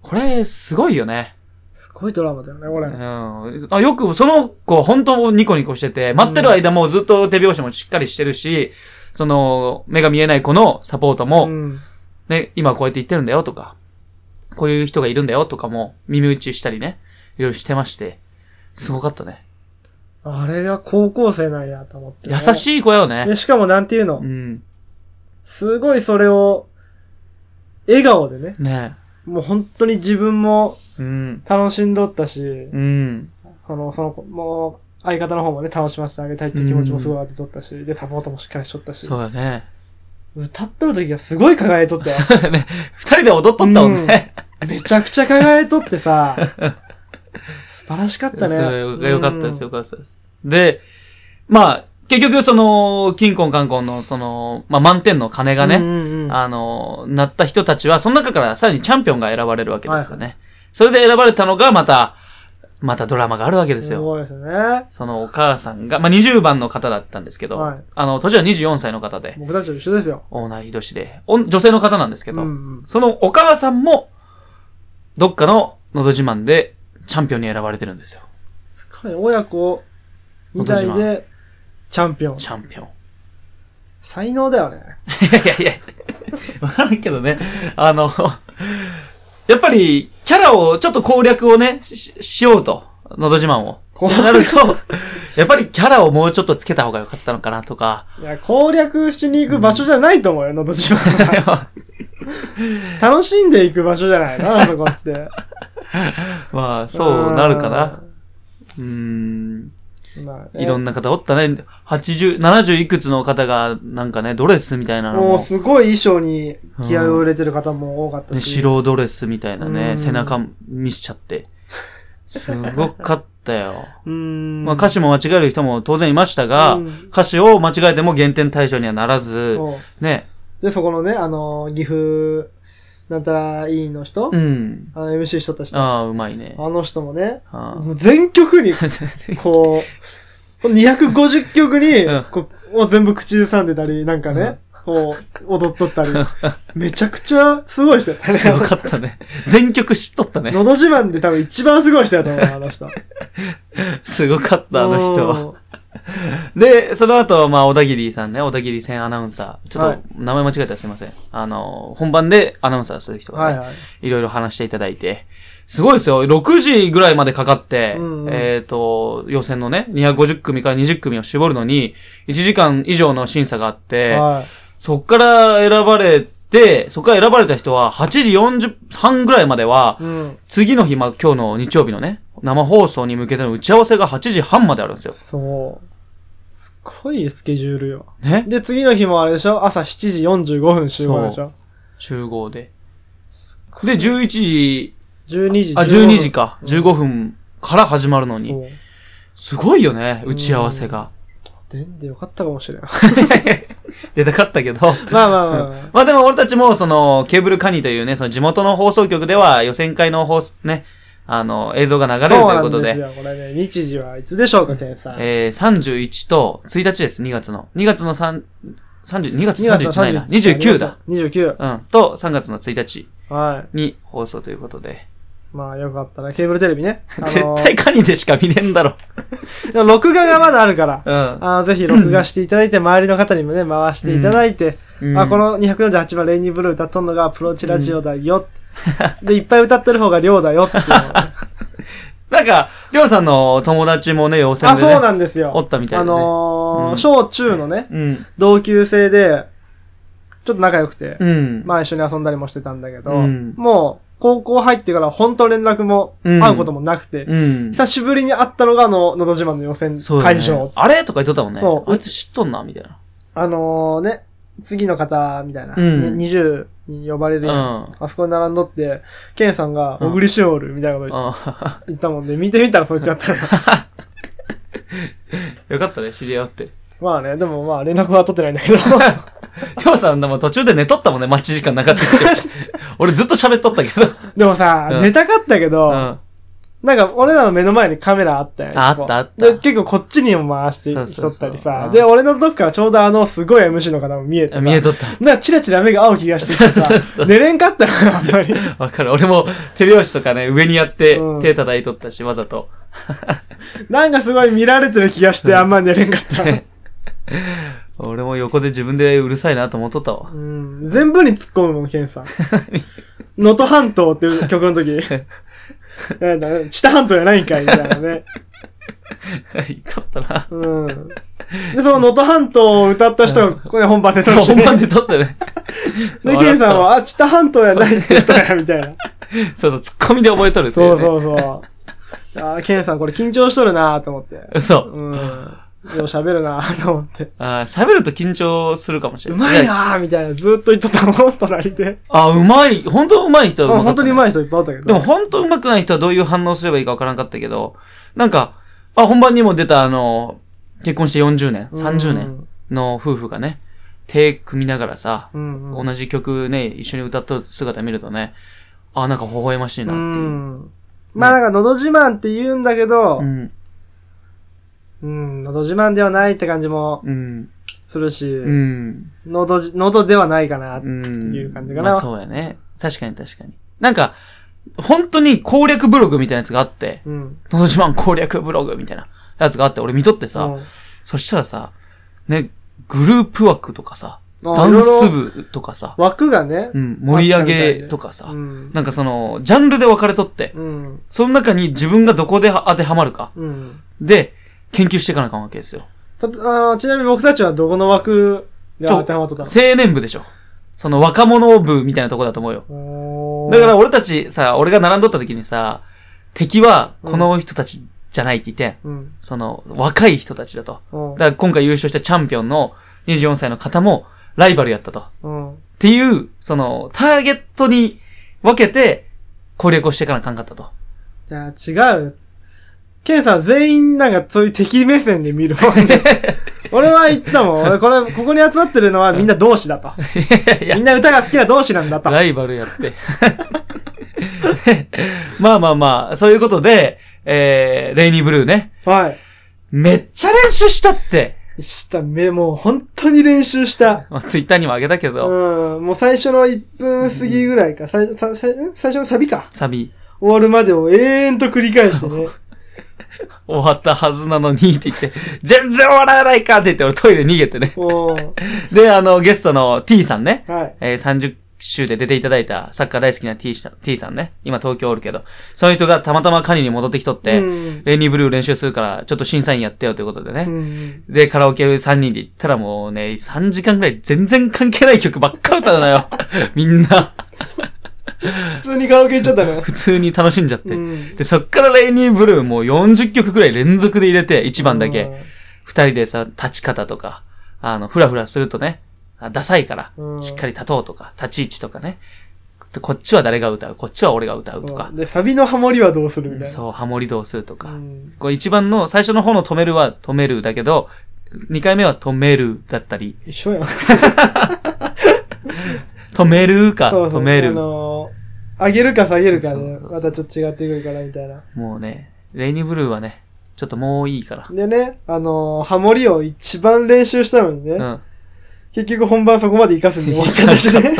Speaker 1: これ、すごいよね。
Speaker 2: すごいドラマだよね、こ
Speaker 1: う
Speaker 2: れ。
Speaker 1: ん。あよく、その子、本当ニコニコしてて、待ってる間もずっと手拍子もしっかりしてるし、その、目が見えない子のサポート
Speaker 2: う
Speaker 1: も、
Speaker 2: ん。
Speaker 1: ね、今こうやって言ってるんだよとか、こういう人がいるんだよとかも、耳打ちしたりね、いろいろしてまして、すごかったね。
Speaker 2: あれが高校生なんやと思ってね。
Speaker 1: 優しい子よね。
Speaker 2: で、しかもなんていうの
Speaker 1: う、ん。
Speaker 2: すごいそれを、笑顔でね、
Speaker 1: ね
Speaker 2: もう本当に自分も
Speaker 1: うん。
Speaker 2: 楽しんどったし、
Speaker 1: うん。
Speaker 2: あの、その子、もう、相方の方もね、楽しませてあげたいって気持ちもすごい当てとったし、で、サポートもしっかりしとったし、
Speaker 1: そうよね。 (laughs)
Speaker 2: 歌っとる時がすごい輝いとったよ。
Speaker 1: ね、二人で踊っとったもんね。
Speaker 2: めちゃくちゃ輝いとっ
Speaker 1: (laughs)
Speaker 2: てさ、素晴らしかっ
Speaker 1: そ
Speaker 2: たね。
Speaker 1: れが良かったです、
Speaker 2: うん
Speaker 1: 良。かったです。で、まあ、結局、その、金婚観光の、その、まあ、満点の鐘が
Speaker 2: うん
Speaker 1: ね、
Speaker 2: うんうん、
Speaker 1: あの、なった人たちは、その中からさらにチャンピオンが選ばれるわけですよね。それで選ばれたのが、また、またドラマがあるわけですよ。
Speaker 2: ごいですね。
Speaker 1: そのお母さんが、まあ、20番の方だったんですけど、
Speaker 2: はい
Speaker 1: あの、当時は24歳の方で、
Speaker 2: 僕たちと一緒ですよ。
Speaker 1: 同い年で、お女性の方なんですけど、
Speaker 2: うんうん
Speaker 1: そのお母さんも、どっかののど自慢で、チャンピオンに選ばれてるんですよ。
Speaker 2: すごいね親子2代でチャンピオン。
Speaker 1: チャンピオン。
Speaker 2: 才能だよね。
Speaker 1: いやいやいや、わからんけどね。あの、やっぱり、キャラを、ちょっと攻略をね、ししようと。のど自慢を。
Speaker 2: こ
Speaker 1: なると、やっぱりキャラをもうちょっとつけた方が良かったのかなとか。
Speaker 2: う、いや、攻略しに行く場所じゃない
Speaker 1: (laughs)
Speaker 2: と思うよ、のど自慢は。楽しんでいく場所じゃないな、あそこって。
Speaker 1: まあ、そうなるかな。
Speaker 2: う
Speaker 1: うーん。
Speaker 2: ん。まあ、
Speaker 1: いろん
Speaker 2: な。
Speaker 1: な方おったね。80、70いくつの方が、なんかね、ドレスみたいなの
Speaker 2: もう
Speaker 1: も。
Speaker 2: すごい衣装に気合を入れてる方も多かった
Speaker 1: ね、
Speaker 2: し。
Speaker 1: 白ドレスみたいな
Speaker 2: う
Speaker 1: ね、
Speaker 2: ん
Speaker 1: 背中見しちゃって。すごかったよ。
Speaker 2: うん。
Speaker 1: まあ、歌詞も間違える人も当然いましたが、
Speaker 2: うん
Speaker 1: 歌詞を間違えても減点対象にはならず、
Speaker 2: そう
Speaker 1: ね、
Speaker 2: で、そこのね、あの、岐阜、なんたら委員の人、
Speaker 1: うん。
Speaker 2: あの、MC しとった人、あ
Speaker 1: ああ、うまいね。 (laughs)
Speaker 2: の人もね、
Speaker 1: あ
Speaker 2: もう全曲に、
Speaker 1: あ
Speaker 2: こ250曲に
Speaker 1: うん、
Speaker 2: こう、を全部口ずさんでたり、なんかね、こう、踊っ
Speaker 1: (laughs)
Speaker 2: とったり。めちゃくちゃすごい人やったね。
Speaker 1: すごかったね。全曲知っとったね。
Speaker 2: のど自慢で多分一番すごい人やと思う、あ
Speaker 1: (laughs)
Speaker 2: の人。
Speaker 1: すごかった、あの人は。
Speaker 2: うん。
Speaker 1: で、その後、まあ、小田切さんね、小田切戦アナウンサー。ちょ
Speaker 2: は
Speaker 1: っ
Speaker 2: い
Speaker 1: と、名前間違えたらすいません。あの、本番でアナウンサーする人が、ね
Speaker 2: はい
Speaker 1: (laughs)
Speaker 2: いはい。
Speaker 1: ろいろ話していただいて。すごいですよ。6時ぐらいまでかかって、
Speaker 2: うんうん
Speaker 1: えっ、と、予選のね、250組から20組を絞るのに、1時間以上の審査があって、
Speaker 2: は。、
Speaker 1: そっから選ばれて、そっから選ばれた人は、8時43ぐらいまではい
Speaker 2: うん。
Speaker 1: 次の日、まあ、今日の日曜日のね、生放送に向けての打ち合わせが8時半まであるんですよ。
Speaker 2: そう。すっごいスケジュールよ。
Speaker 1: ね
Speaker 2: で、次の日もあれでしょ朝7時45分集合でしょ
Speaker 1: 集合で。で、11時、
Speaker 2: ?12 時。
Speaker 1: あ、12時か。15分から始まるのに。
Speaker 2: そう。
Speaker 1: すごいよね、打ち合わせが。
Speaker 2: 出んでよかったかもしれん。 (laughs) ま
Speaker 1: 出たかったけど。
Speaker 2: あ (laughs) まあまあまあ。
Speaker 1: まあでも俺たちも、その、ケーブルカニというね、その地元の放送局では予選会の放送、ね、あの、映像が流れる
Speaker 2: そう
Speaker 1: という
Speaker 2: な
Speaker 1: こ
Speaker 2: ん
Speaker 1: と
Speaker 2: で
Speaker 1: で、
Speaker 2: すよ。これね、日時はいつでしょうか、ケンさん。
Speaker 1: えー、31と、1日です、2月の。2月の3、30、2月
Speaker 2: 2
Speaker 1: 31じゃないな、29だ。。
Speaker 2: 29。
Speaker 1: うん、と、3月の1日
Speaker 2: は
Speaker 1: に放送ということで。
Speaker 2: い。まあ、よかったら、ケーブルテレビね。あの
Speaker 1: 絶対カニでしか見ねえんだろ。
Speaker 2: でも録画がまだあるから。
Speaker 1: うん。
Speaker 2: (laughs) あのぜひ録画していただいて、周りの方にもね、回していただいて、
Speaker 1: うん
Speaker 2: あ、この248番レイニーブルー歌っとんのがプロチラジオだよって、で、いっぱい歌ってる方が量だよっていう
Speaker 1: (laughs)
Speaker 2: のをね
Speaker 1: なんか、りょうさんの友達もね、予選
Speaker 2: あ、
Speaker 1: で、
Speaker 2: そう
Speaker 1: ね。
Speaker 2: なんですよ。
Speaker 1: おったみたい
Speaker 2: あ
Speaker 1: だね
Speaker 2: のー
Speaker 1: うん
Speaker 2: 小中のね、
Speaker 1: うん。
Speaker 2: 同級生で、ちょっと仲良くて、
Speaker 1: うん。
Speaker 2: まあ一緒に遊んだりもしてたんだけど、
Speaker 1: うん
Speaker 2: もう、高校入ってから本当連絡も、
Speaker 1: うん
Speaker 2: 会うこともなくて、
Speaker 1: うん。
Speaker 2: 久しぶりに会ったのがあの、のど自慢の予選
Speaker 1: そうだね
Speaker 2: 会場。
Speaker 1: あれとか言っとったもんね。
Speaker 2: そう
Speaker 1: あいつ知っとんな、みたいな。
Speaker 2: あのね、次の方、みたいな、
Speaker 1: うん
Speaker 2: ね20に呼ばれるやん
Speaker 1: うん
Speaker 2: あそこに並んどって、ケンさんが、
Speaker 1: うん
Speaker 2: 小栗旬おる、みたいなこと
Speaker 1: あ
Speaker 2: 言ったもんで、見てみたらそいつやった
Speaker 1: (laughs)
Speaker 2: から。
Speaker 1: あ (laughs) よかったね、知り合って。り
Speaker 2: まあね、でもまあ連絡は取ってないんだ
Speaker 1: (laughs)
Speaker 2: けど。
Speaker 1: ょうさん、でも途中で寝とったもんね、待ち時間長す
Speaker 2: (laughs)
Speaker 1: ぎて。俺ずっと喋っとったけど。
Speaker 2: でもさ、
Speaker 1: うん
Speaker 2: 寝たかったけど、
Speaker 1: うん。
Speaker 2: なんか俺らの目の前にカメラあったやん。
Speaker 1: あ
Speaker 2: こ
Speaker 1: あ
Speaker 2: う
Speaker 1: ったあった
Speaker 2: で、結構こっちにも回して
Speaker 1: そう
Speaker 2: き
Speaker 1: そ
Speaker 2: と
Speaker 1: う
Speaker 2: った
Speaker 1: そう
Speaker 2: りさ
Speaker 1: う。ん
Speaker 2: で、俺のとこからちょうどあの、すごい MC の方も見えてさ
Speaker 1: 見えとった。
Speaker 2: なんかチラチラ目が合う気がしてきて
Speaker 1: そうそう
Speaker 2: さ、寝れんかったな、やっぱり。
Speaker 1: わかる。俺も手拍子とかね、上にやって
Speaker 2: うん
Speaker 1: 手叩いとったし、わざと。
Speaker 2: なんかすごい見られてる気がして、あんま寝れんかった。
Speaker 1: 俺も横で自分でうるさいなと思っとったわ (laughs)
Speaker 2: う。ん全部に突っ込むもん、ケンさん。能登半島っていう曲
Speaker 1: (laughs)
Speaker 2: の時。なんだね、知多半島やないんかい、みたいなね。
Speaker 1: 言っとったな。
Speaker 2: うん。で、その能登半島を歌った人が、これ本番で撮るし
Speaker 1: 本
Speaker 2: ね、
Speaker 1: 番で撮ったね。
Speaker 2: (laughs) で、ケンさんは、あ、知多半島やないって人や、みたいな。
Speaker 1: そう (laughs) そう、ツッコミで覚えとるってい
Speaker 2: そ
Speaker 1: ね、
Speaker 2: ううそうそう。あー、ケンさんこれ緊張しとるなと思って。
Speaker 1: そう。
Speaker 2: うん。よう喋るなと思って。
Speaker 1: あー喋ると緊張するかもし
Speaker 2: う
Speaker 1: れない。
Speaker 2: まいなみたいな、ずーっと言っとったもん、隣で。
Speaker 1: あ、うまい。本当うまい人はうまか
Speaker 2: 本
Speaker 1: った
Speaker 2: 当
Speaker 1: ね、
Speaker 2: にうまい人いっぱいおったけど。
Speaker 1: でも本当うまくない人はどういう反応すればいいかわからんかったけど、なんか、あ、本番にも出たあの、結婚して40年、30年の夫婦がね、手組みながらさ、
Speaker 2: うん。うんうん
Speaker 1: 同じ曲ね、一緒に歌っとる姿見るとね、あ、なんか微笑ましいなっていうう。
Speaker 2: ん。まあなんか、のど自慢って言うんだけど
Speaker 1: う、ん。
Speaker 2: うん、のど自慢ではないって感じも
Speaker 1: うん。
Speaker 2: するし、
Speaker 1: うん。
Speaker 2: のどじ、のどではないかな。
Speaker 1: うん。
Speaker 2: いう感じかな
Speaker 1: まあそうやね。確かに確かに。なんか、本当に攻略ブログみたいなやつがあって、
Speaker 2: うん。
Speaker 1: のど自慢攻略ブログみたいなやつがあって、俺見とってさ、そしたらさ、ね、グループ枠とかさ、
Speaker 2: うん、
Speaker 1: ダ
Speaker 2: あい
Speaker 1: ン
Speaker 2: ろい
Speaker 1: ス
Speaker 2: ろ
Speaker 1: 部とかさ、
Speaker 2: 枠がね
Speaker 1: う、ん、盛り上げとか
Speaker 2: う
Speaker 1: さ、
Speaker 2: ん。
Speaker 1: なんかその、ジャンルで分かれとって、
Speaker 2: うん。
Speaker 1: その中に自分がどこで当てはまるか、
Speaker 2: うん。
Speaker 1: で、研究していかなあかんわけですよ。
Speaker 2: たと、あの、ちなみに僕たちはどこの枠が当てはまっとったの
Speaker 1: 青年部でしょ。その若者部みたいなとこだと思うよ。
Speaker 2: おー
Speaker 1: だから俺たちさ、俺が並んどった時にさ、敵はこの人たちじゃないって言ってん、
Speaker 2: うん。
Speaker 1: その、若い人たちだと。
Speaker 2: うん
Speaker 1: だから今回優勝したチャンピオンの24歳の方もライバルやったと。
Speaker 2: うん。
Speaker 1: っていう、その、ターゲットに分けて攻略をしていかなあかんかった
Speaker 2: (laughs)
Speaker 1: と。
Speaker 2: じゃあ違う。ケンさん全員なんかそういう敵目線で見るも
Speaker 1: (laughs)
Speaker 2: んね。俺は言ったもん。俺これ、ここに集まってるのはみんな同志だと。
Speaker 1: いや
Speaker 2: みんな歌が好きな同志なんだと。
Speaker 1: ライバルやって。 (laughs) でまあまあまあ、そういうことで、えー、レイニーブルーね。
Speaker 2: はい。
Speaker 1: めっちゃ練習したって。
Speaker 2: した、め、もう本当に練習した。
Speaker 1: まあ、ツイッターにもあげたけど、
Speaker 2: うん、もう最初の1分過ぎぐらいか、最初、さ最ん最初のサビか。
Speaker 1: サビ、
Speaker 2: 終わるまでを永遠と繰り返
Speaker 1: (laughs)
Speaker 2: してね。
Speaker 1: 終わったはずなのにって言 (laughs) って、全然終わらないかって言って、俺トイレ逃げてね。
Speaker 2: もう、
Speaker 1: で、あの、ゲストの T さんね、
Speaker 2: はい。
Speaker 1: えー30週で出ていただいたサッカー大好きな T さん T さんね、今東京おるけど、その人がたまたまカニに戻ってきとって、
Speaker 2: うん
Speaker 1: レイニーブルー練習するから、ちょっと審査員やってよということでね。
Speaker 2: うん。
Speaker 1: で、カラオケ3人で行ったらもうね、3時間ぐらい全然関係ない曲ばっか歌うの
Speaker 2: (laughs)
Speaker 1: よ。みんな、
Speaker 2: 普通にカラオケ行っちゃったな。
Speaker 1: 普通に楽しんじゃって。
Speaker 2: うん
Speaker 1: で、そっからレイニーブルーもう40曲ぐらい連続で入れて、1番だけ。。2人でさ、立ち方とか、あの、ふらふらするとね、あダサいから
Speaker 2: う、ん
Speaker 1: しっかり立とうとか、立ち位置とかね。でこっちは誰が歌う、こっちは俺が歌うとか
Speaker 2: うん、で、サビのハモリはどうするみたいな。
Speaker 1: そう、ハモリどうするとか。
Speaker 2: うん
Speaker 1: こう一番の、最初の方の止めるは止めるだけど、二回目は止めるだったり、
Speaker 2: 一緒やん。
Speaker 1: 止めるか、
Speaker 2: そうそ
Speaker 1: 止
Speaker 2: う
Speaker 1: める。
Speaker 2: あ
Speaker 1: も
Speaker 2: のー上げるか下げるか
Speaker 1: そうそ
Speaker 2: で、
Speaker 1: うそう
Speaker 2: またちょっと違ってくるからみたいな。
Speaker 1: うね、レイニーブルーはね、ちょっともういいから。
Speaker 2: でね、あのーハモリを一番練習したのにね、
Speaker 1: うん。
Speaker 2: 結局本番そこまで活かすんで終わっちゃったしね。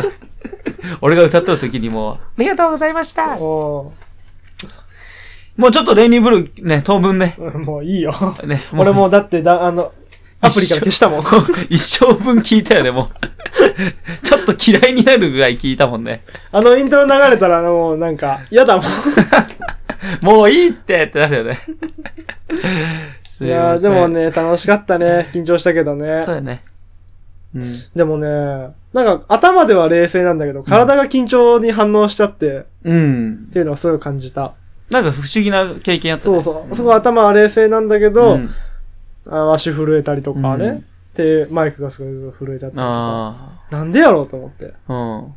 Speaker 1: 俺が歌った時にもう、ありがとうございました
Speaker 2: (laughs) お
Speaker 1: もうちょっとレイニーブルーね、当分ね、
Speaker 2: ーもういいよ。
Speaker 1: ね、
Speaker 2: 俺もうだってだ、あの、アプリから消したもん。
Speaker 1: (laughs) 一生分聞いたよね、もう。 (laughs) ちょっと嫌いになるぐらい聞いたもんね。
Speaker 2: あのイントロ流れたら、あのもうなんか、
Speaker 1: (laughs)
Speaker 2: 嫌だもん。
Speaker 1: もういいってってなるよね。
Speaker 2: いやーでも。ね、楽しかったね。緊張したけどね
Speaker 1: そ。うだね。うん。
Speaker 2: でもね、なんか頭では冷静なんだけど、体が緊張に反応しちゃって、
Speaker 1: うん
Speaker 2: っ。ていうのはすごい感じた。
Speaker 1: なんか不思議な経験やった、
Speaker 2: そ
Speaker 1: ね。
Speaker 2: うそう。すごい頭は冷静なんだけど、
Speaker 1: ん、
Speaker 2: あ足震えたりとかね、
Speaker 1: うん
Speaker 2: 手、マイクがすごい震えちゃったりとか。
Speaker 1: あ
Speaker 2: なんでやろうと思って。
Speaker 1: あ。うん。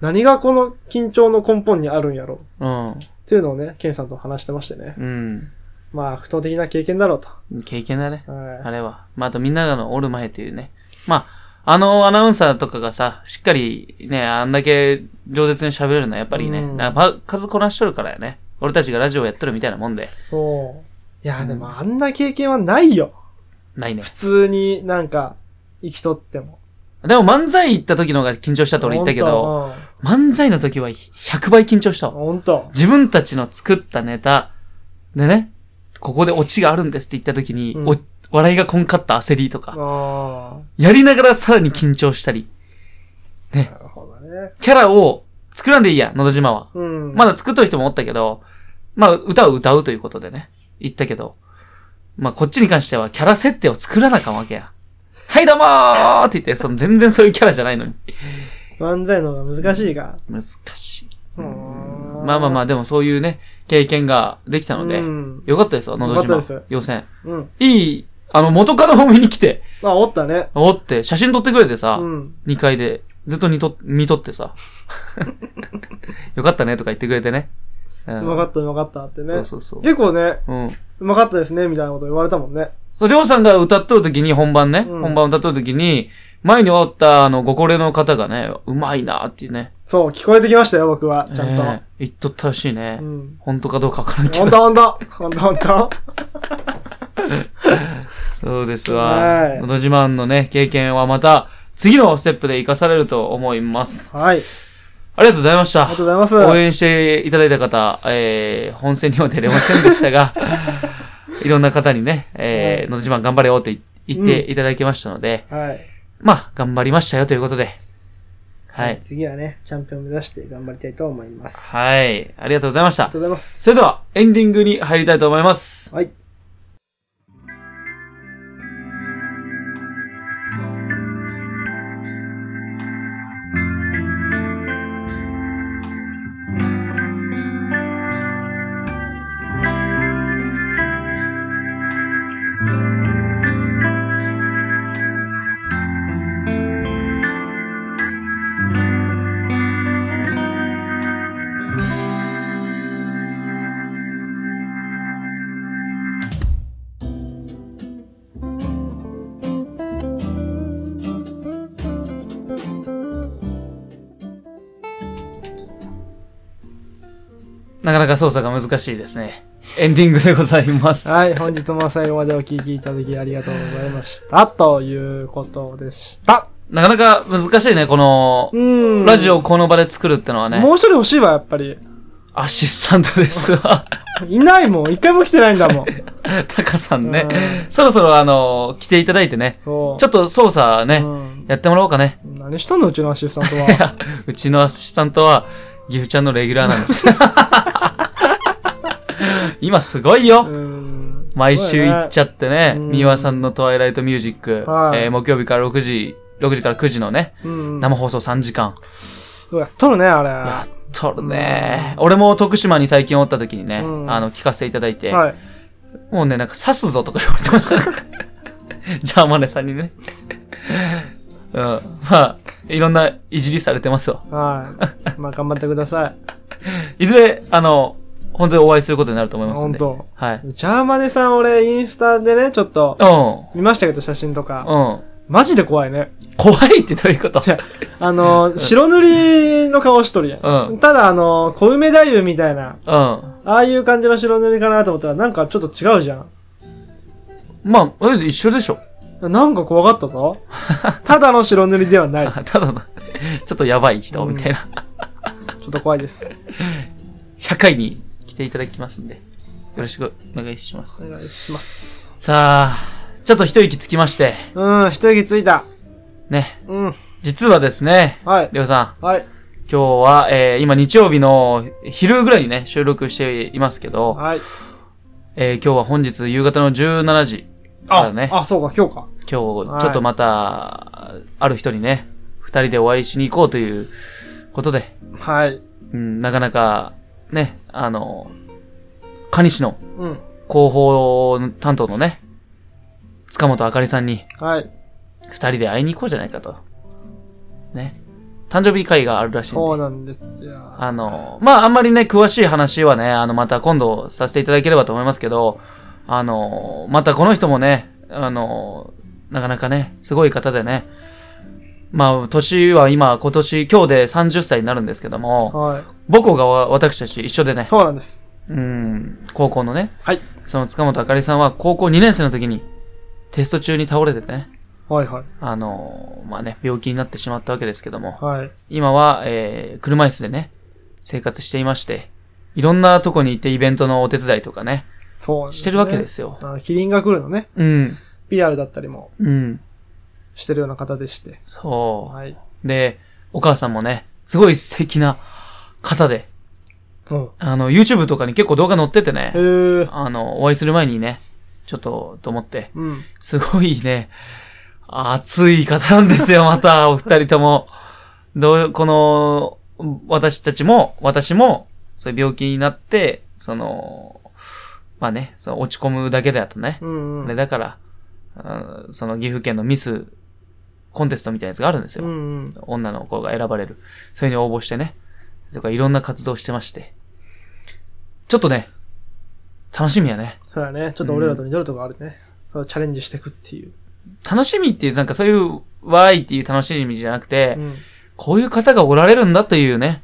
Speaker 2: 何がこの緊張の根本にあるんやろう
Speaker 1: うん。
Speaker 2: っていうのをね、ケンさんと話してましてね。
Speaker 1: う
Speaker 2: まあ、不当的な経験だろうと。
Speaker 1: ん。経験だね。あ
Speaker 2: は
Speaker 1: れは。まあ、あとみんながのオルマヘっていうね。まあ、あのアナウンサーとかがさ、しっかりね、あんだけ上舌に喋れるのはやっぱりね、
Speaker 2: うん
Speaker 1: なば数こなしとるからやね。俺たちがラジオやってるみたいなもんで。
Speaker 2: い。そう。いや、
Speaker 1: うん
Speaker 2: でもあんな経験はないよ。
Speaker 1: ないね。
Speaker 2: 普通になんか、生きとっても。
Speaker 1: でも漫才行った時の方が緊張したと俺言ったけど、漫才の時は100倍緊張したわ。
Speaker 2: ほんと。
Speaker 1: 自分たちの作ったネタでね、ここでオチがあるんですって言った時に、
Speaker 2: うん
Speaker 1: お笑いがこんかった焦りと
Speaker 2: ほん
Speaker 1: か、
Speaker 2: とあ
Speaker 1: やりながらさらに緊張したり、
Speaker 2: あ。なるほどね。
Speaker 1: キャラを作らんでいいや、のど島は。
Speaker 2: うん。
Speaker 1: まだ作っとる人もおったけど、まあ歌を歌うということでね、言ったけど、まあこっちに関してはキャラ設定を作らなあかんわけや。はいどうもーって言って、その全然そういうキャラじゃないのに。
Speaker 2: 漫才の方が難しいが。
Speaker 1: 難しい。
Speaker 2: ま
Speaker 1: まあまあまあ、でもそういうね、経験ができたので、
Speaker 2: うん。
Speaker 1: よかったですよ、のど
Speaker 2: よか
Speaker 1: 島
Speaker 2: ったです。
Speaker 1: 予選。
Speaker 2: うん。
Speaker 1: いい、あの、元カノも見に来て、
Speaker 2: あ、おったね。
Speaker 1: おって、写真撮ってくれてさ、
Speaker 2: うん。
Speaker 1: 2階で、ずっと見と、見とって
Speaker 2: (laughs)
Speaker 1: さ、よかったねとか言ってくれてね。う
Speaker 2: うんまかった、うまかったってね。
Speaker 1: そうそうそう。
Speaker 2: 結構ね、
Speaker 1: うん。
Speaker 2: うまかったですね、みたいなこと言われたもんね。
Speaker 1: そうりょうさんが歌っとる時に、本番ね、
Speaker 2: うん
Speaker 1: 本番歌っとる時に、前におった、あの、ご高齢の方がね、うまいなーっていうね、
Speaker 2: そう、聞こえてきましたよ、僕は。ちゃんと。
Speaker 1: ええ言っとったらしいね。
Speaker 2: うん。
Speaker 1: 本当かどうかわからんけ
Speaker 2: ほ
Speaker 1: ど
Speaker 2: ん。とほんと。ほんとほんと。
Speaker 1: そうです
Speaker 2: は
Speaker 1: わ。
Speaker 2: い
Speaker 1: のど自慢のね、経験はまた、次のステップで活かされると思います。
Speaker 2: はい。
Speaker 1: ありがとうございました
Speaker 2: ありが。とうございます。
Speaker 1: 応援していただいた方、えー、本戦には出れませんでした
Speaker 2: (laughs)
Speaker 1: が、いろんな方にね、えー、のど自慢頑張れよって言っていただきましたので、
Speaker 2: はい。
Speaker 1: まあ、頑張りましたよということで。はい。
Speaker 2: 次はね、チャンピオン目指して頑張りたいと思います。あ
Speaker 1: はい。ありがとうございました
Speaker 2: りが。とうございます。
Speaker 1: それでは、エンディングに入りたいと思います。
Speaker 2: はい。
Speaker 1: なかなか操作が難しいですね。エンディングでございます。
Speaker 2: はい、本日も最後までお聞きいただきありがとうございました。ということでした。
Speaker 1: なかなか難しいね、この、
Speaker 2: うん。
Speaker 1: ラジオをこの場で作るってのはね
Speaker 2: も。う一人欲しいわ、やっぱり。
Speaker 1: アシスタントです
Speaker 2: (laughs)
Speaker 1: わ。
Speaker 2: いないもん。一回も来てないんだ
Speaker 1: (laughs)
Speaker 2: もん。
Speaker 1: タカさんね
Speaker 2: う。
Speaker 1: そろそろあの、来ていただいてね。
Speaker 2: ちょ
Speaker 1: ちょっと操作ね、
Speaker 2: うん、
Speaker 1: やってもらおうかね。
Speaker 2: 何しとんのうちのアシスタントは。
Speaker 1: うちのアシスタントは、ギフちゃんのレギュラー
Speaker 2: (laughs)
Speaker 1: なんです。今すごいよ。
Speaker 2: うん
Speaker 1: 毎週行っちゃってね、
Speaker 2: うん
Speaker 1: ミワさんのトワイライトミュージック、
Speaker 2: はい
Speaker 1: えー木曜日から6時、6時から9時のね、
Speaker 2: うん。
Speaker 1: 生放送3時間。
Speaker 2: そうやっとるね、あ
Speaker 1: やっとるね。俺も徳島に最近おった時にね、
Speaker 2: うん
Speaker 1: あの、聞かせていただいて、
Speaker 2: れ。はい。
Speaker 1: もうね、なんか刺すぞとか言われてました (laughs) ね。ジャーマネさんにね。 (laughs) うん。まあ、いろんないじりされてますわ。
Speaker 2: はい。まあ、頑張ってくだ
Speaker 1: (laughs)
Speaker 2: さ
Speaker 1: いずれ、あの、本当にお会いすることになると思い
Speaker 2: い。
Speaker 1: ます
Speaker 2: ほ
Speaker 1: ん
Speaker 2: ん
Speaker 1: で。
Speaker 2: と。
Speaker 1: はい。
Speaker 2: ジャーマネさん、俺、インスタでね、ちょっと、
Speaker 1: う
Speaker 2: 見ましたけど、写真とか。
Speaker 1: ん。うん。
Speaker 2: マジで怖いね。
Speaker 1: 怖いってどういうこと (laughs)
Speaker 2: いや、あのー、白塗りの顔しとるやん。
Speaker 1: うん
Speaker 2: ただ、あのー、小梅太夫みたいな、
Speaker 1: うん。
Speaker 2: ああいう感じの白塗りかなと思ったら、なんかちょっと違うじゃん。
Speaker 1: まあ、え一緒でしょ。
Speaker 2: なんか怖かった
Speaker 1: (laughs)
Speaker 2: ぞ。ただの白塗りではない。ち
Speaker 1: あ (laughs) ただの、ちょっとやばい人みたいな。
Speaker 2: ょっと怖いです。
Speaker 1: 100回に来ていただきますんで。よろしくお願いします
Speaker 2: お。願いします。
Speaker 1: さあ、ちょっと一息つきまして、
Speaker 2: うん、一息ついた。
Speaker 1: ね。
Speaker 2: うん、
Speaker 1: 実はですね、
Speaker 2: はい。
Speaker 1: りょうさん、
Speaker 2: はい。
Speaker 1: 今日は、えー今日曜日の昼ぐらいにね、収録していますけど、
Speaker 2: はい。
Speaker 1: えー今日は本日夕方の17時からね、
Speaker 2: あ、そうか、今日か。
Speaker 1: 今日
Speaker 2: はい
Speaker 1: ちょっとまた、ある人にね、二人でお会いしに行こうということで、
Speaker 2: はい。
Speaker 1: うん、なかなか、ね、あの、蟹市の
Speaker 2: うん。
Speaker 1: 広報担当のね、塚本あかりさんに
Speaker 2: はい。
Speaker 1: 二人で会いに行こうじゃないかと。ね。誕生日会があるらしいんで
Speaker 2: そうなんですよ。
Speaker 1: あの、まあ、あんまりね、詳しい話はね、あの、また今度させていただければと思いますけど、あの、またこの人もね、あの、なかなかね、すごい方でね、まあ、年は今、今年、今日で30歳になるんですけども、
Speaker 2: はい。
Speaker 1: 母校がわ私たち一緒でね、
Speaker 2: そうなんです。
Speaker 1: うん、高校のね、
Speaker 2: はい。
Speaker 1: その塚本あかりさんは高校2年生の時に、テスト中に倒れてね、
Speaker 2: はいはい。
Speaker 1: あの、まあね、病気になってしまったわけですけども、
Speaker 2: はい。
Speaker 1: 今は、えー、車椅子でね、生活していまして、いろんなとこに行ってイベントのお手伝いとかね、
Speaker 2: そう、
Speaker 1: してるわけですすよ。
Speaker 2: ね。あのキリンが来るのね。
Speaker 1: うん。
Speaker 2: PR だったりも
Speaker 1: うん。
Speaker 2: してるような方でして。
Speaker 1: そ
Speaker 2: はい。
Speaker 1: う。で、お母さんもね、すごい素敵な方で、
Speaker 2: うん。
Speaker 1: あの、YouTube とかに結構動画載っててね
Speaker 2: へ、ー。
Speaker 1: あの、お会いする前にね、ちょっと、と思って、
Speaker 2: うん。
Speaker 1: すごいね、熱い方なん
Speaker 2: (laughs)
Speaker 1: ですよ、また、お二人とも。どう、この、私たちも、私も、そういう病気になって、その、まあね、その落ち込むだけだとね
Speaker 2: う、ん、
Speaker 1: あ
Speaker 2: う
Speaker 1: れ
Speaker 2: ん。
Speaker 1: だから、あその岐阜県のミスコンテストみたいなやつがあるんです
Speaker 2: う
Speaker 1: よ。
Speaker 2: んうん。
Speaker 1: 女の子が選ばれる。それに応募してね、とかいろんな活動してまして。ちょっとね、楽しみやね。
Speaker 2: そうだね。ちょっと俺らと似てるとこあるね。そうチャレンジしていくっていう。
Speaker 1: 楽しみっていう、なんかそういう、わーいっていう楽しみじゃなくて、
Speaker 2: うん。
Speaker 1: こういう方がおられるんだというね、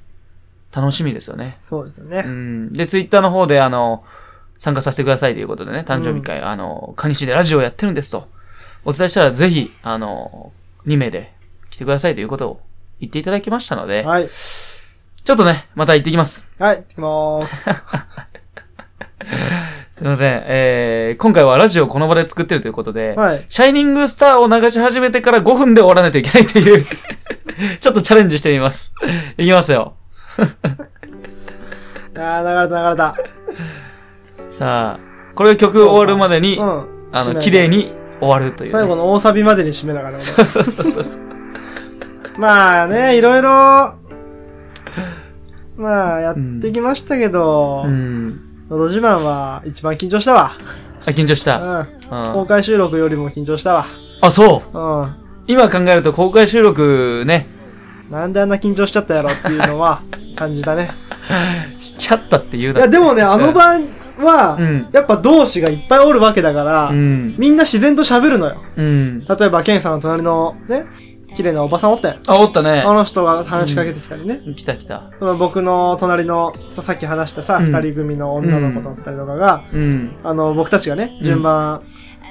Speaker 1: 楽しみですよね。
Speaker 2: そうですよ
Speaker 1: う
Speaker 2: ね。
Speaker 1: ん。で、ツイッターの方で、あの、参加させてくださいということでね、誕生日会、あの、蟹市でラジオをやってるんですと、お伝えしたらぜひ、あの、2名で来てくださいということを言っていただきましたので、
Speaker 2: はい。
Speaker 1: ちょっとね、また行ってきます。
Speaker 2: はい、行きまーす。
Speaker 1: すいません。えー、今回はラジオをこの場で作ってるということで、
Speaker 2: はい。
Speaker 1: シャイニングスターを流し始めてから5分で終わらないといけないという、 (laughs) ちょっとチャレンジしてみます。いきますよ。
Speaker 2: あー、流れた流れた。
Speaker 1: さあ、これを曲終わるまでに、
Speaker 2: うん。
Speaker 1: あ
Speaker 2: 締め
Speaker 1: の、
Speaker 2: な
Speaker 1: 綺麗に終わるという、
Speaker 2: 最後
Speaker 1: ね。
Speaker 2: の大サビまでに締めながら。
Speaker 1: そうそうそうそう
Speaker 2: (laughs)
Speaker 1: そう。
Speaker 2: まあね、いろいろ、まあやってきましたけど、
Speaker 1: うん。
Speaker 2: のど自慢は一番緊張したわ。
Speaker 1: あ、緊張した。
Speaker 2: う。
Speaker 1: うんん
Speaker 2: 公開収録よりも緊張した
Speaker 1: あ、そう。
Speaker 2: わ。
Speaker 1: 今考えると公開収録ね、
Speaker 2: うん。なんであんな緊張しちゃったやろっていう
Speaker 1: (laughs)
Speaker 2: のは感じたね。
Speaker 1: しちゃったって言う
Speaker 2: い
Speaker 1: だ
Speaker 2: や、でもね、あの場は、
Speaker 1: うん
Speaker 2: やっぱ同志がいっぱいおるわけだから、
Speaker 1: うん。
Speaker 2: みんな自然と喋るのよ。
Speaker 1: うん。
Speaker 2: 例えば、ケンさんの隣のね、綺麗なおばさんおったやん。
Speaker 1: あ、おったね
Speaker 2: あ。の人が話しかけてきたりね。
Speaker 1: 来た来た。
Speaker 2: その僕の隣のささっき話したさ、
Speaker 1: うん
Speaker 2: 二人組の女の子だったりとかが、
Speaker 1: うん。
Speaker 2: あの僕たちがね
Speaker 1: うん
Speaker 2: 順番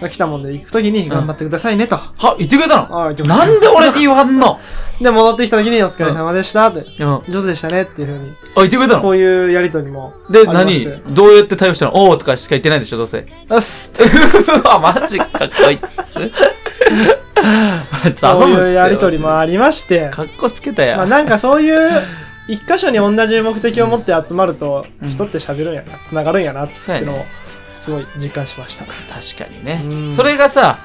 Speaker 2: が来たもんで行くときに頑張ってくださいねと、
Speaker 1: は、言ってくれたの
Speaker 2: ああ言ってくれた
Speaker 1: なんで俺に言わんの
Speaker 2: で戻ってきたときに「お疲れ様でした」って
Speaker 1: うん。あ、
Speaker 2: 「上手でしたね」っていうふうに
Speaker 1: 言ってくれた
Speaker 2: こ
Speaker 1: の
Speaker 2: ういうやりとりも
Speaker 1: で、
Speaker 2: あり
Speaker 1: 何
Speaker 2: まして
Speaker 1: どうやって対応したのおーとかしか言ってないでしょ、どうせ。 (laughs)
Speaker 2: うっす
Speaker 1: うわ、マジか、こいつ。 (laughs)
Speaker 2: そういうやりとりもありまして
Speaker 1: かっこつけたやん。
Speaker 2: まあ、なんかそういう一箇所に同じ目的を持って集まると
Speaker 1: うん
Speaker 2: 人って喋るんやな繋がるんやなって
Speaker 1: そうや
Speaker 2: いう
Speaker 1: ね
Speaker 2: のをすごい実感しました、
Speaker 1: 確かにね、
Speaker 2: うん
Speaker 1: それがさ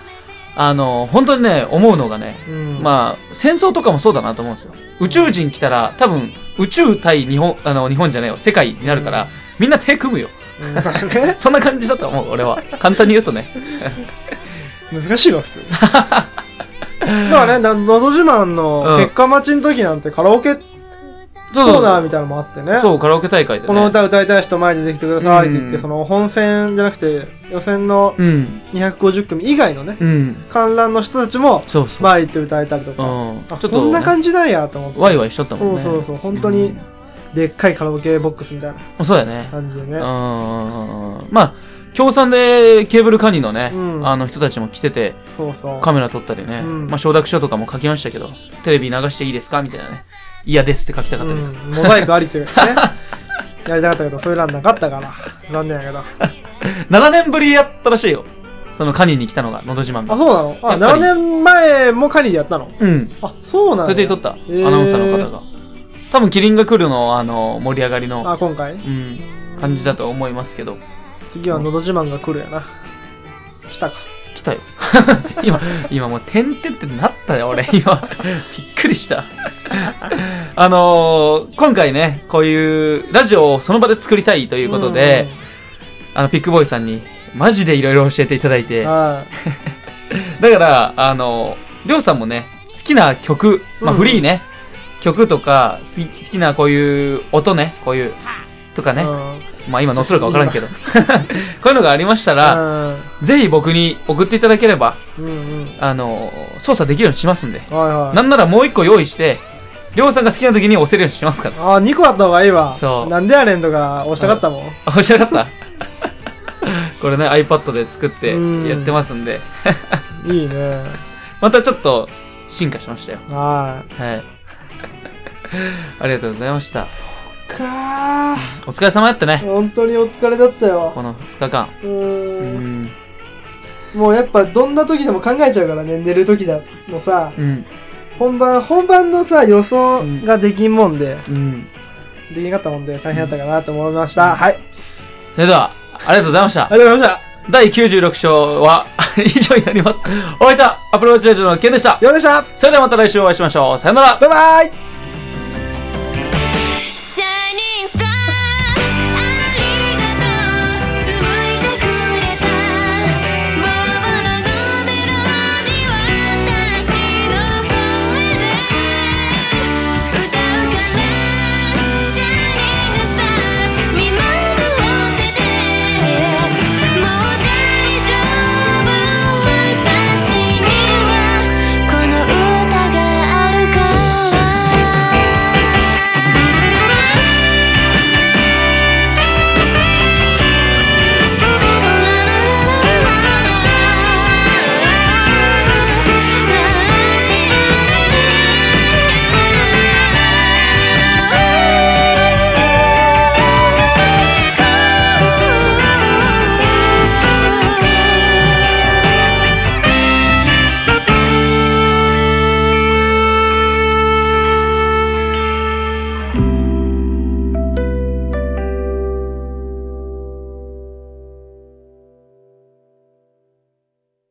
Speaker 1: あの本当にね思うのがね、
Speaker 2: うん
Speaker 1: まあ戦争とかもそうだなと思うんですよ宇宙人来たら多分宇宙対日本あの日本じゃないよ世界になるから、
Speaker 2: うん
Speaker 1: みんな手組むよ
Speaker 2: うんまあね
Speaker 1: そんな感じだと思う俺は簡単に言うとね
Speaker 2: 難しい
Speaker 1: (laughs)
Speaker 2: わ普通だからね「なのど自慢」の結果待ちの時なんてカラオケコ
Speaker 1: そう
Speaker 2: ーナ
Speaker 1: そ
Speaker 2: ー
Speaker 1: う
Speaker 2: みたいなのもあってね
Speaker 1: そうカラオケ大会で、ね、
Speaker 2: この歌歌いたい人前に出てきてくださいって言って、
Speaker 1: うん
Speaker 2: その本戦じゃなくて予選の
Speaker 1: うん
Speaker 2: 250組以外のね、
Speaker 1: うん
Speaker 2: 観覧の人たちも
Speaker 1: そうそう、
Speaker 2: 前行って歌えたりとか、
Speaker 1: うん
Speaker 2: あこんな感じなんやと思って、
Speaker 1: ワイワイしとったも
Speaker 2: そ
Speaker 1: ん
Speaker 2: う
Speaker 1: ね
Speaker 2: そうそう本当にでっかいカラオケボックスみたいな
Speaker 1: うんそうだね
Speaker 2: 感じで
Speaker 1: う
Speaker 2: ね、
Speaker 1: んまあ協賛でケーブルカニのね、
Speaker 2: うん
Speaker 1: あの人たちも来てて
Speaker 2: そうそう
Speaker 1: カメラ撮ったりね、
Speaker 2: うん
Speaker 1: まあ承諾書とかも書きましたけど、テレビ流していいですかみたいなね、嫌ですって書きたかったりとか、
Speaker 2: うんモザイクありっていうねやりたかったけどそういう欄なかったから残念やけどあ
Speaker 1: 7年ぶりやったらしいよ、そのカニに来たのが、のど自慢の。
Speaker 2: そうなのあ
Speaker 1: やっぱ
Speaker 2: 7
Speaker 1: り
Speaker 2: 年前もカニでやったの
Speaker 1: うん、
Speaker 2: あそうなの
Speaker 1: それで撮った、
Speaker 2: へー
Speaker 1: アナウンサーの方が。多分キリンが来るの、あの、盛り上がりの、
Speaker 2: あ今回
Speaker 1: うん、感じだと思いますけど、
Speaker 2: 次は「のど自慢」が来るやな来たか
Speaker 1: 来たよ。 (laughs) 今、今もう、てんてんってなったよ、俺、 (laughs) 今。びっくりした。 (laughs) あのー今回ね、こういうラジオをその場で作りたいということで、あのピックボーイさんにマジでいろいろ教えていただいて
Speaker 2: うん
Speaker 1: だ
Speaker 2: はい
Speaker 1: からあのりょうさんもね好きな曲、まあ、
Speaker 2: うん
Speaker 1: フリーね、曲とかす好きなこういう音ねこういうとかね、
Speaker 2: う
Speaker 1: まあ今乗っとるか分からんけ
Speaker 2: (laughs)
Speaker 1: どこういうのがありましたら、
Speaker 2: ん
Speaker 1: ぜひ僕に送っていただければ
Speaker 2: うんうん
Speaker 1: あの操作できるようにしますんで、
Speaker 2: はいはい
Speaker 1: なんならもう一個用意してりょうさんが好きな時に押せるようにします
Speaker 2: (laughs)
Speaker 1: から
Speaker 2: あ2個あった方がいいわ
Speaker 1: そう
Speaker 2: なんでやねんとか押したかったもん
Speaker 1: あ面白かったこれね iPad で作って
Speaker 2: うん
Speaker 1: やってますんで
Speaker 2: いいね
Speaker 1: またちょっと進化しましたよ
Speaker 2: は
Speaker 1: はい。 (laughs) ありがとうございました。
Speaker 2: いかー
Speaker 1: お疲れ様だったね。
Speaker 2: 本当にお疲れだったよ
Speaker 1: この2日間。
Speaker 2: う
Speaker 1: う
Speaker 2: ーん
Speaker 1: ん。
Speaker 2: もうやっぱどんな時でも考えちゃうからね寝る時だもさ
Speaker 1: うん。
Speaker 2: 本番本番のさ予想ができんもんで、
Speaker 1: うん。
Speaker 2: できんかったもんで大変だったかなと思いました、はい
Speaker 1: それでは、ありがとうございました。
Speaker 2: ありがとうございまし
Speaker 1: 第96章は (laughs) 以上になります。お相手はアプローチラジオのケンでした
Speaker 2: た。ようでした
Speaker 1: それではまた来週お会いしましょう。さよなら。
Speaker 2: バイバイ